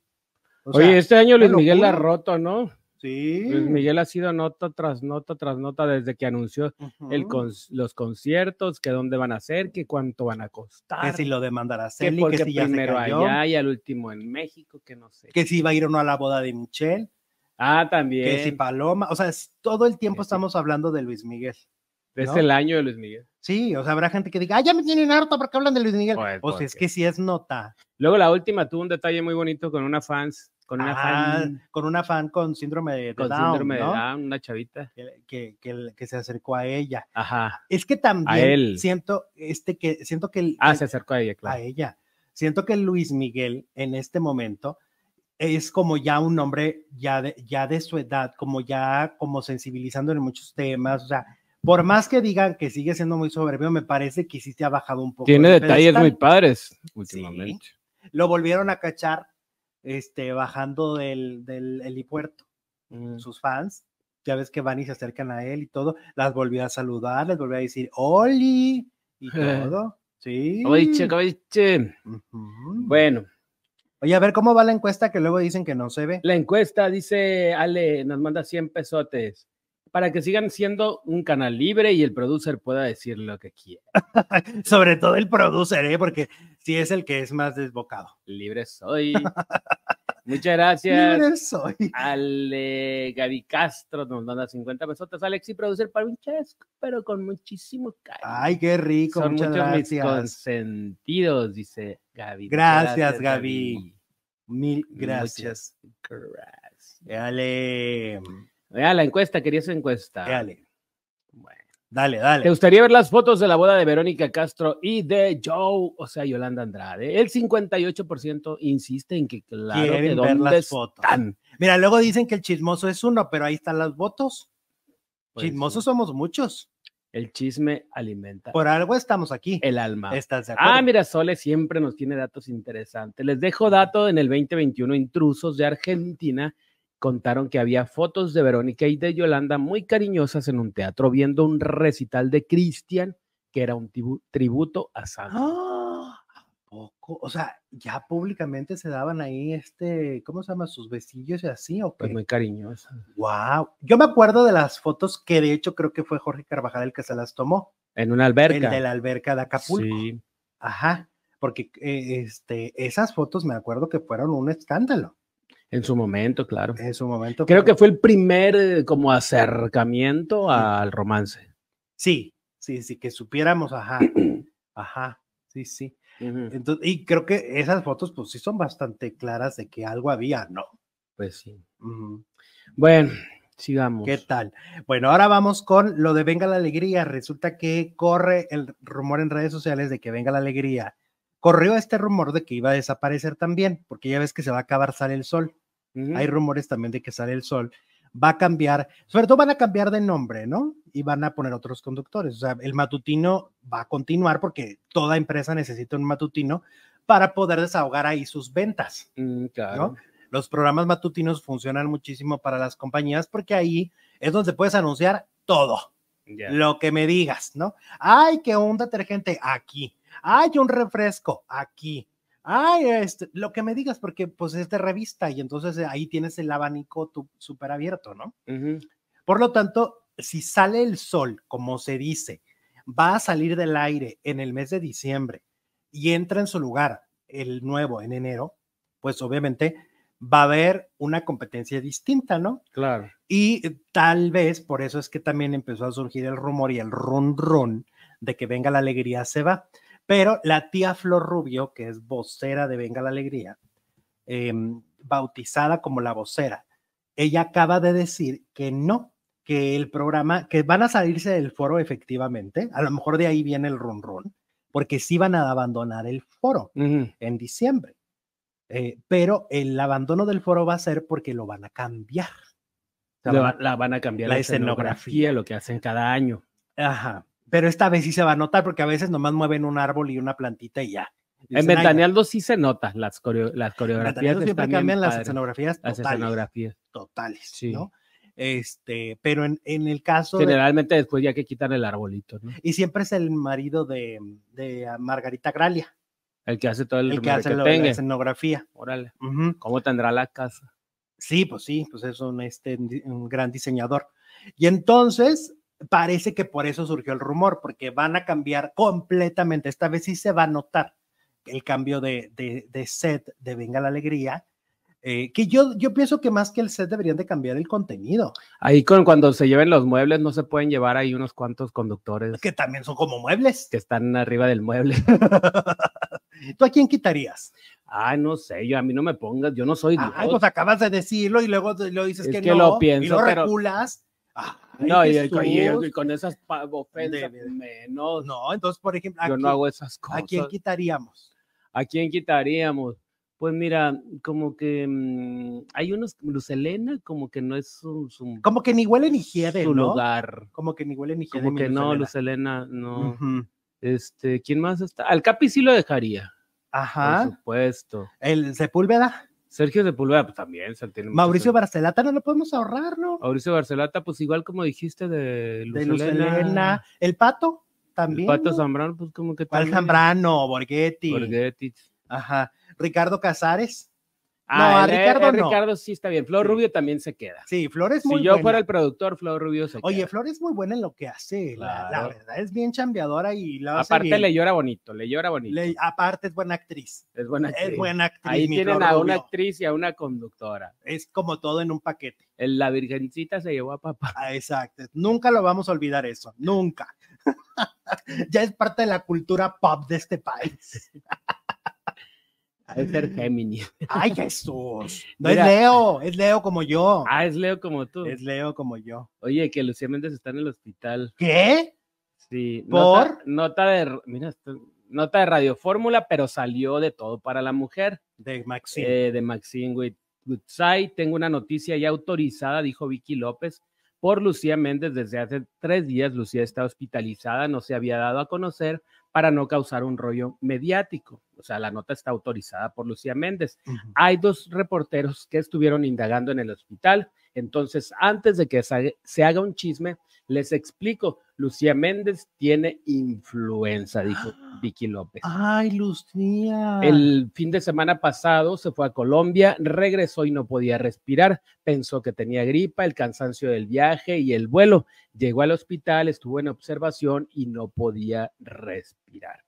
O sea, Oye, pues, este año una Luis Miguel la ha locura. roto, ¿no? sí. Luis Miguel ha sido nota tras nota tras nota desde que anunció Ujú. el cons- los conciertos, que dónde van a ser, que cuánto van a que costar, si lo demandará que Celi, que, porque si ya se primero cayó, allá y al último en México, que no sé. que si va a ir o no a la boda de Michelle, que Ah, si también. Paloma, o sea, es- todo el tiempo Que sí. estamos hablando de Luis Miguel. Es ¿no? el año de Luis Miguel. Sí, o sea, habrá gente que diga, ah, ya me tienen harto porque hablan de Luis Miguel. Pues, o sea, ¿por es qué? que sí es nota. Luego la última tuvo un detalle muy bonito con una fans, con una Ah, fan Con una fan con síndrome de, de con Down, síndrome ¿no? de Down, una chavita. Que, que- que- que se acercó a ella. Ajá. Es que también él. siento este que siento que el- Ah, el- se acercó a ella, a claro. ella. Siento que Luis Miguel en este momento es como ya un hombre ya de, ya de su edad, como ya como sensibilizando en muchos temas, o sea, por más que digan que sigue siendo muy soberbio, me parece que sí se ha bajado un poco. Tiene del detalles muy pedestal. padres últimamente. Lo volvieron a cachar este, bajando del, del helipuerto, Mm. sus fans, ya ves que van y se acercan a él y todo, las volvió a saludar, les volvió a decir, Oli, [LAUGHS] y todo, sí. Oiche, oiche. Ujú. Bueno, Oye, a ver cómo va la encuesta que luego dicen que no se ve. la encuesta dice Ale, nos manda 100 pesotes para que sigan siendo un canal libre y el producer pueda decir lo que quiera. [LAUGHS] Sobre todo el producer, ¿eh? porque sí es el que es más desbocado. Libre [LAUGHS] soy. Muchas gracias. Libre soy. Ale Gaby Castro nos manda 50 pesotas. Alex y producer para un chesco, pero con muchísimo cariño. Ay, qué rico. Son muchas muchos mis gracias. consentidos, dice Gaby. Muchas Gracias, Gaby. Mil Muchas gracias. gracias. Dale, Vea la encuesta, quería su encuesta. dale, Bueno. dale, ¿Te dale. gustaría ver las fotos de la boda de Verónica Castro y de Joe, o sea, Yolanda Andrade? El 58% insiste en que claro que Quieren ver dónde las fotos. están. Mira, luego dicen que el chismoso es uno, pero ahí están los votos. Pues, Chismosos somos muchos. El chisme alimenta Por algo estamos aquí. el alma. ¿Estás de acuerdo? Eh, Ah, mira, Sole siempre nos tiene datos interesantes. Les dejo dato en el 2021, intrusos de Argentina contaron que había fotos de Verónica y de Yolanda muy cariñosas en un teatro viendo un recital de Cristian que era un tibu- tributo a Sandro. Ah, ¿a poco? O sea, ya públicamente se daban ahí este, ¿cómo se llama? Sus besillos y así, ¿o Pues qué? muy cariñosa. Wow. Yo me acuerdo de las fotos que de hecho creo que fue Jorge Carvajal el que se las tomó, En una alberca. el de la alberca de Acapulco. Sí. Ajá. Porque eh, este, esas fotos me acuerdo que fueron un escándalo En su momento, claro. en su momento. Creo que fue el primer eh, como acercamiento al romance. Sí, sí, sí, que supiéramos, ajá. [CLEARS THROAT] Ajá, sí, sí. Eh, Entonces, y creo que esas fotos pues sí son bastante claras de que algo había, ¿no? Pues sí. Ujú. Bueno, sigamos. ¿Qué tal? Bueno, ahora vamos con lo de Venga la Alegría. Resulta que corre el rumor en redes sociales de que Venga la Alegría. Corrió este rumor de que iba a desaparecer también, porque ya ves que se va a acabar Sale el Sol. Ujú. Hay rumores también de que Sale el Sol va a cambiar, sobre todo van a cambiar de nombre, ¿no? Y van a poner otros conductores. O sea, el matutino va a continuar porque toda empresa necesita un matutino para poder desahogar ahí sus ventas. Mm, claro. Los programas matutinos funcionan muchísimo para las compañías porque ahí es donde puedes anunciar todo, Ya. lo que me digas, ¿no? Ay, que un detergente aquí, ay, un refresco aquí, ay, este, lo que me digas porque pues es de revista y entonces eh, ahí tienes el abanico tu- súper abierto, ¿no? Ujú. Por lo tanto, si sale el sol, como se dice, va a salir del aire en el mes de diciembre y entra en su lugar el nuevo en enero, pues obviamente va a haber una competencia distinta, ¿no? Claro. Y eh, tal vez por eso es que también empezó a surgir el rumor y el ron ron de que Venga la Alegría se va. Pero la tía Flor Rubio, que es vocera de Venga la Alegría, em, bautizada como la vocera, ella acaba de decir que no, que el programa, que van a salirse del foro efectivamente, a lo mejor de ahí viene el ron ron, porque sí van a abandonar el foro Ujú. en diciembre. Eh, pero el abandono del foro va a ser porque lo van a cambiar. O sea, Le van a va- la van a cambiar la escenografía. lo que hacen cada año. Ajá. pero esta vez sí se va a notar porque a veces nomás mueven un árbol y una plantita y ya. Y En dicen, "Ay, Ventanealdo sí se nota las, coreo- las en coreografías. Ventaneando siempre están bien cambian las padres, escenografías las totales, escenografías. totales, Sí. ¿no? Este, pero en, en el caso de- Generalmente después ya que quitan el arbolito, ¿no? y siempre es el marido de, de Margarita Gralia, El que hace todo el, el que hace lo de la tenga. escenografía. Órale. Ujú. ¿Cómo tendrá la casa? Sí, pues sí, pues es un, este, un gran diseñador. Y entonces parece que por eso surgió el rumor, porque van a cambiar completamente. Esta vez sí se va a notar el cambio de, de, de set de Venga la Alegría, eh, que yo, yo pienso que más que el set deberían de cambiar el contenido, Ahí con cuando se lleven los muebles no se pueden llevar ahí unos cuantos conductores que también son como muebles. que están arriba del mueble. [LAUGHS] ¿Tú a quién quitarías? Ay, no sé, yo a mí no me pongas, yo no soy Dios. Ay, pues acabas de decirlo y luego te- lo dices Es que, que no, lo pienso, y lo pero- reculas. Ay, no, y, y- Jesús. y- y con esas pa- ofensas, De- de- menos. no, entonces, por ejemplo, ¿a, yo quién, no hago esas ¿a cosas. quién quitaríamos? ¿A quién quitaríamos? Pues mira, como que mm, hay unos, Lucelena, como que no es su, su- Como que ni huele ni hiede, su ¿no? lugar. Como que ni huele ni hiede. Como mi que Luz no, Helena. Lucelena, no. Ujú. Este, ¿quién más está? Al Capi sí lo dejaría, por Ajá. supuesto. El Sepúlveda. Sergio Sepúlveda pues, también. se tiene mucho Mauricio sentido. Barcelata, no lo podemos ahorrar, ¿no? Mauricio Barcelata, pues igual como dijiste de De Lucelena. Lucelena. El Pato, El también. Pato ¿no? Zambrano, pues como que ¿Cuál también. Zambrano? Borghetti. Borghetti. Ajá. Ricardo Casares. Ah, a el- el Ricardo no. Ricardo sí está bien. Flor Sí. Rubio también se queda. Sí, Flores muy si yo buena. fuera el productor, Flor Rubio se Oye, queda. Flor es muy buena en lo que hace. la- La, Claro. verdad, es bien chambeadora y la hace Aparte bien. le llora bonito, le llora bonito. Le- aparte es buena actriz. es buena actriz. Es buena actriz. Ah, Ahí mi tienen Flor a una Rubio. actriz y a una conductora. Es como todo en un paquete. El- La virgencita se llevó a papá. Ah, Exacto. Nunca lo vamos a olvidar eso. Nunca. [LAUGHS] ya es parte de la cultura pop de este país. Ha [LAUGHS] de ser Géminis. Ay, Jesús. No Mira. es Leo, es Leo como yo. Ah, es Leo como tú. Es Leo como yo. Oye, que Lucía Méndez está en el hospital. ¿Qué? Sí. Nota, ¿Por? nota de, r- mira, esto- nota de Radio Fórmula, pero salió de todo para la mujer De Maxi. eh, de Maxine Gut- Gutsai. Tengo una noticia ya autorizada, dijo Vicky López, por Lucía Méndez. Desde hace tres días Lucía está hospitalizada, no se había dado a conocer para no causar un rollo mediático. O sea, la nota está autorizada por Lucía Méndez. Ujú. hay dos reporteros que estuvieron indagando en el hospital. Entonces, antes de que sa- se haga un chisme, les explico, Lucía Méndez tiene influenza, dijo Vicky Ah. López. Ay, Lucía. El fin de semana pasado se fue a Colombia, regresó y no podía respirar, pensó que tenía gripa, el cansancio del viaje y el vuelo. Llegó al hospital, estuvo en observación y no podía respirar.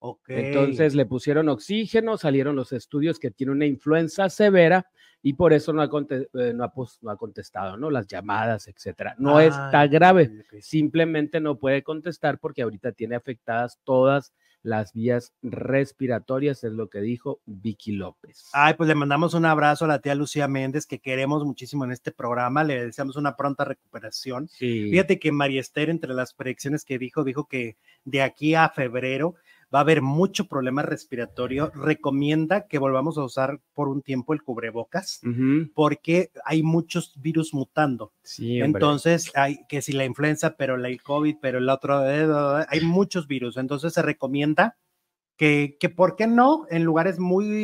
Ok. Entonces le pusieron oxígeno, salieron los estudios que tiene una influenza severa y por eso no ha, conte- eh, no ha pos- no ha contestado, ¿no? Las llamadas, etcétera. No Ay, está grave, ok. simplemente no puede contestar porque ahorita tiene afectadas todas las vías respiratorias, es lo que dijo Vicky López. Ay, pues le mandamos un abrazo a la tía Lucía Méndez, que queremos muchísimo en este programa. Le deseamos una pronta recuperación. Sí. Fíjate que María Esther, entre las predicciones que dijo, dijo que de aquí a febrero va a haber mucho problema respiratorio. Recomienda que volvamos a usar por un tiempo el cubrebocas Ujú. porque hay muchos virus mutando. Sí, hombre. Entonces, hay que si la influenza, pero la- el COVID, pero el otro, eh, eh, hay muchos virus. Entonces, se recomienda que, que, ¿por qué no? En lugares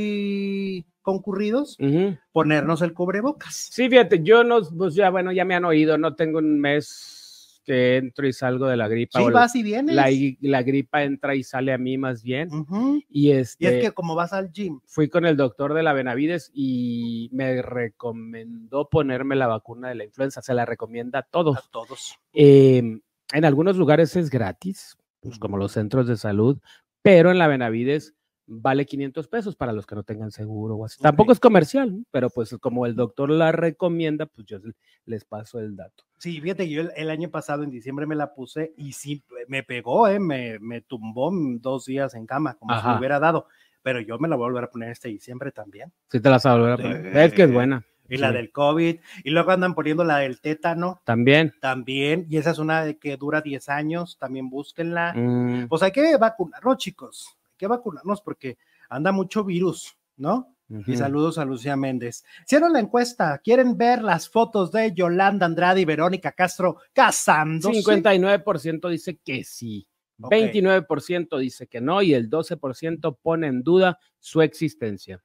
muy concurridos, Ujú. ponernos el cubrebocas. Sí, fíjate, yo no, pues ya, bueno, ya me han oído, no tengo un mes que entro y salgo de la gripa. Sí, o el- vas y vienes. la, gri- la gripa entra y sale a mí más bien. Ujú. Y, este, Y es que como vas al gym, fui con el doctor de la Benavides y me recomendó ponerme la vacuna de la influenza. Se la recomienda a todos. a todos. Eh, en algunos lugares es gratis, pues como los centros de salud, pero en la Benavides vale 500 pesos para los que no tengan seguro o así. Tampoco Ok. es comercial, ¿no? pero pues como el doctor la recomienda, pues yo les paso el dato. Sí, fíjate, que yo el, el año pasado en diciembre me la puse y sí, me pegó, ¿eh? me, me tumbó mm, dos días en cama, como si Ajá. me hubiera dado. Pero yo me la voy a volver a poner este diciembre también. Si te la vas a volver a poner. Es que es Sí. buena Y la Sí. del COVID, y luego andan poniendo la del tétano también. también, y esa es una de que dura 10 años, también búsquenla. Mm, Pues hay que vacunarnos, chicos, hay que vacunarnos porque anda mucho virus, ¿no? Y saludos a Lucía Méndez. Hicieron la encuesta. ¿Quieren ver las fotos de Yolanda Andrade y Verónica Castro casándose? 59% dice que sí, Ok. 29% dice que no y el 12% pone en duda su existencia.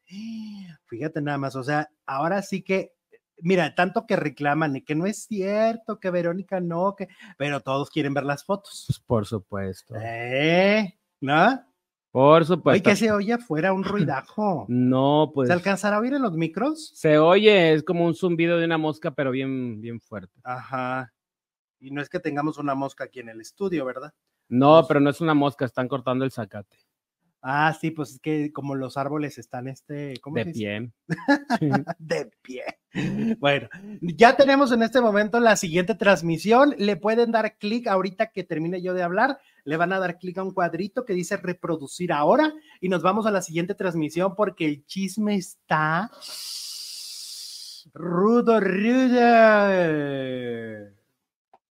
Fíjate nada más, o sea, ahora sí que, mira, tanto que reclaman y que no es cierto, que Verónica no, que, pero todos quieren ver las fotos. Pues, por supuesto. ¿Eh? ¿No? Por Oye, supuesto. que se oye afuera un ruidajo. Pues [CLEARS THROAT] No, pues ¿Se alcanzará a oír en los micros? se oye, es como un zumbido de una mosca, pero bien, bien fuerte. Ajá. Y no es que tengamos una mosca aquí en el estudio, ¿verdad? No, Pues- pero no es una mosca, están cortando el zacate Ah, sí, pues es que como los árboles están este, ¿cómo de se dice? [LAUGHS] pie. de pie. Bueno, ya tenemos en este momento la siguiente transmisión. Le pueden dar clic ahorita que termine yo de hablar. Le van a dar clic a un cuadrito que dice reproducir ahora y nos vamos a la siguiente transmisión porque el chisme está rudo, rudo.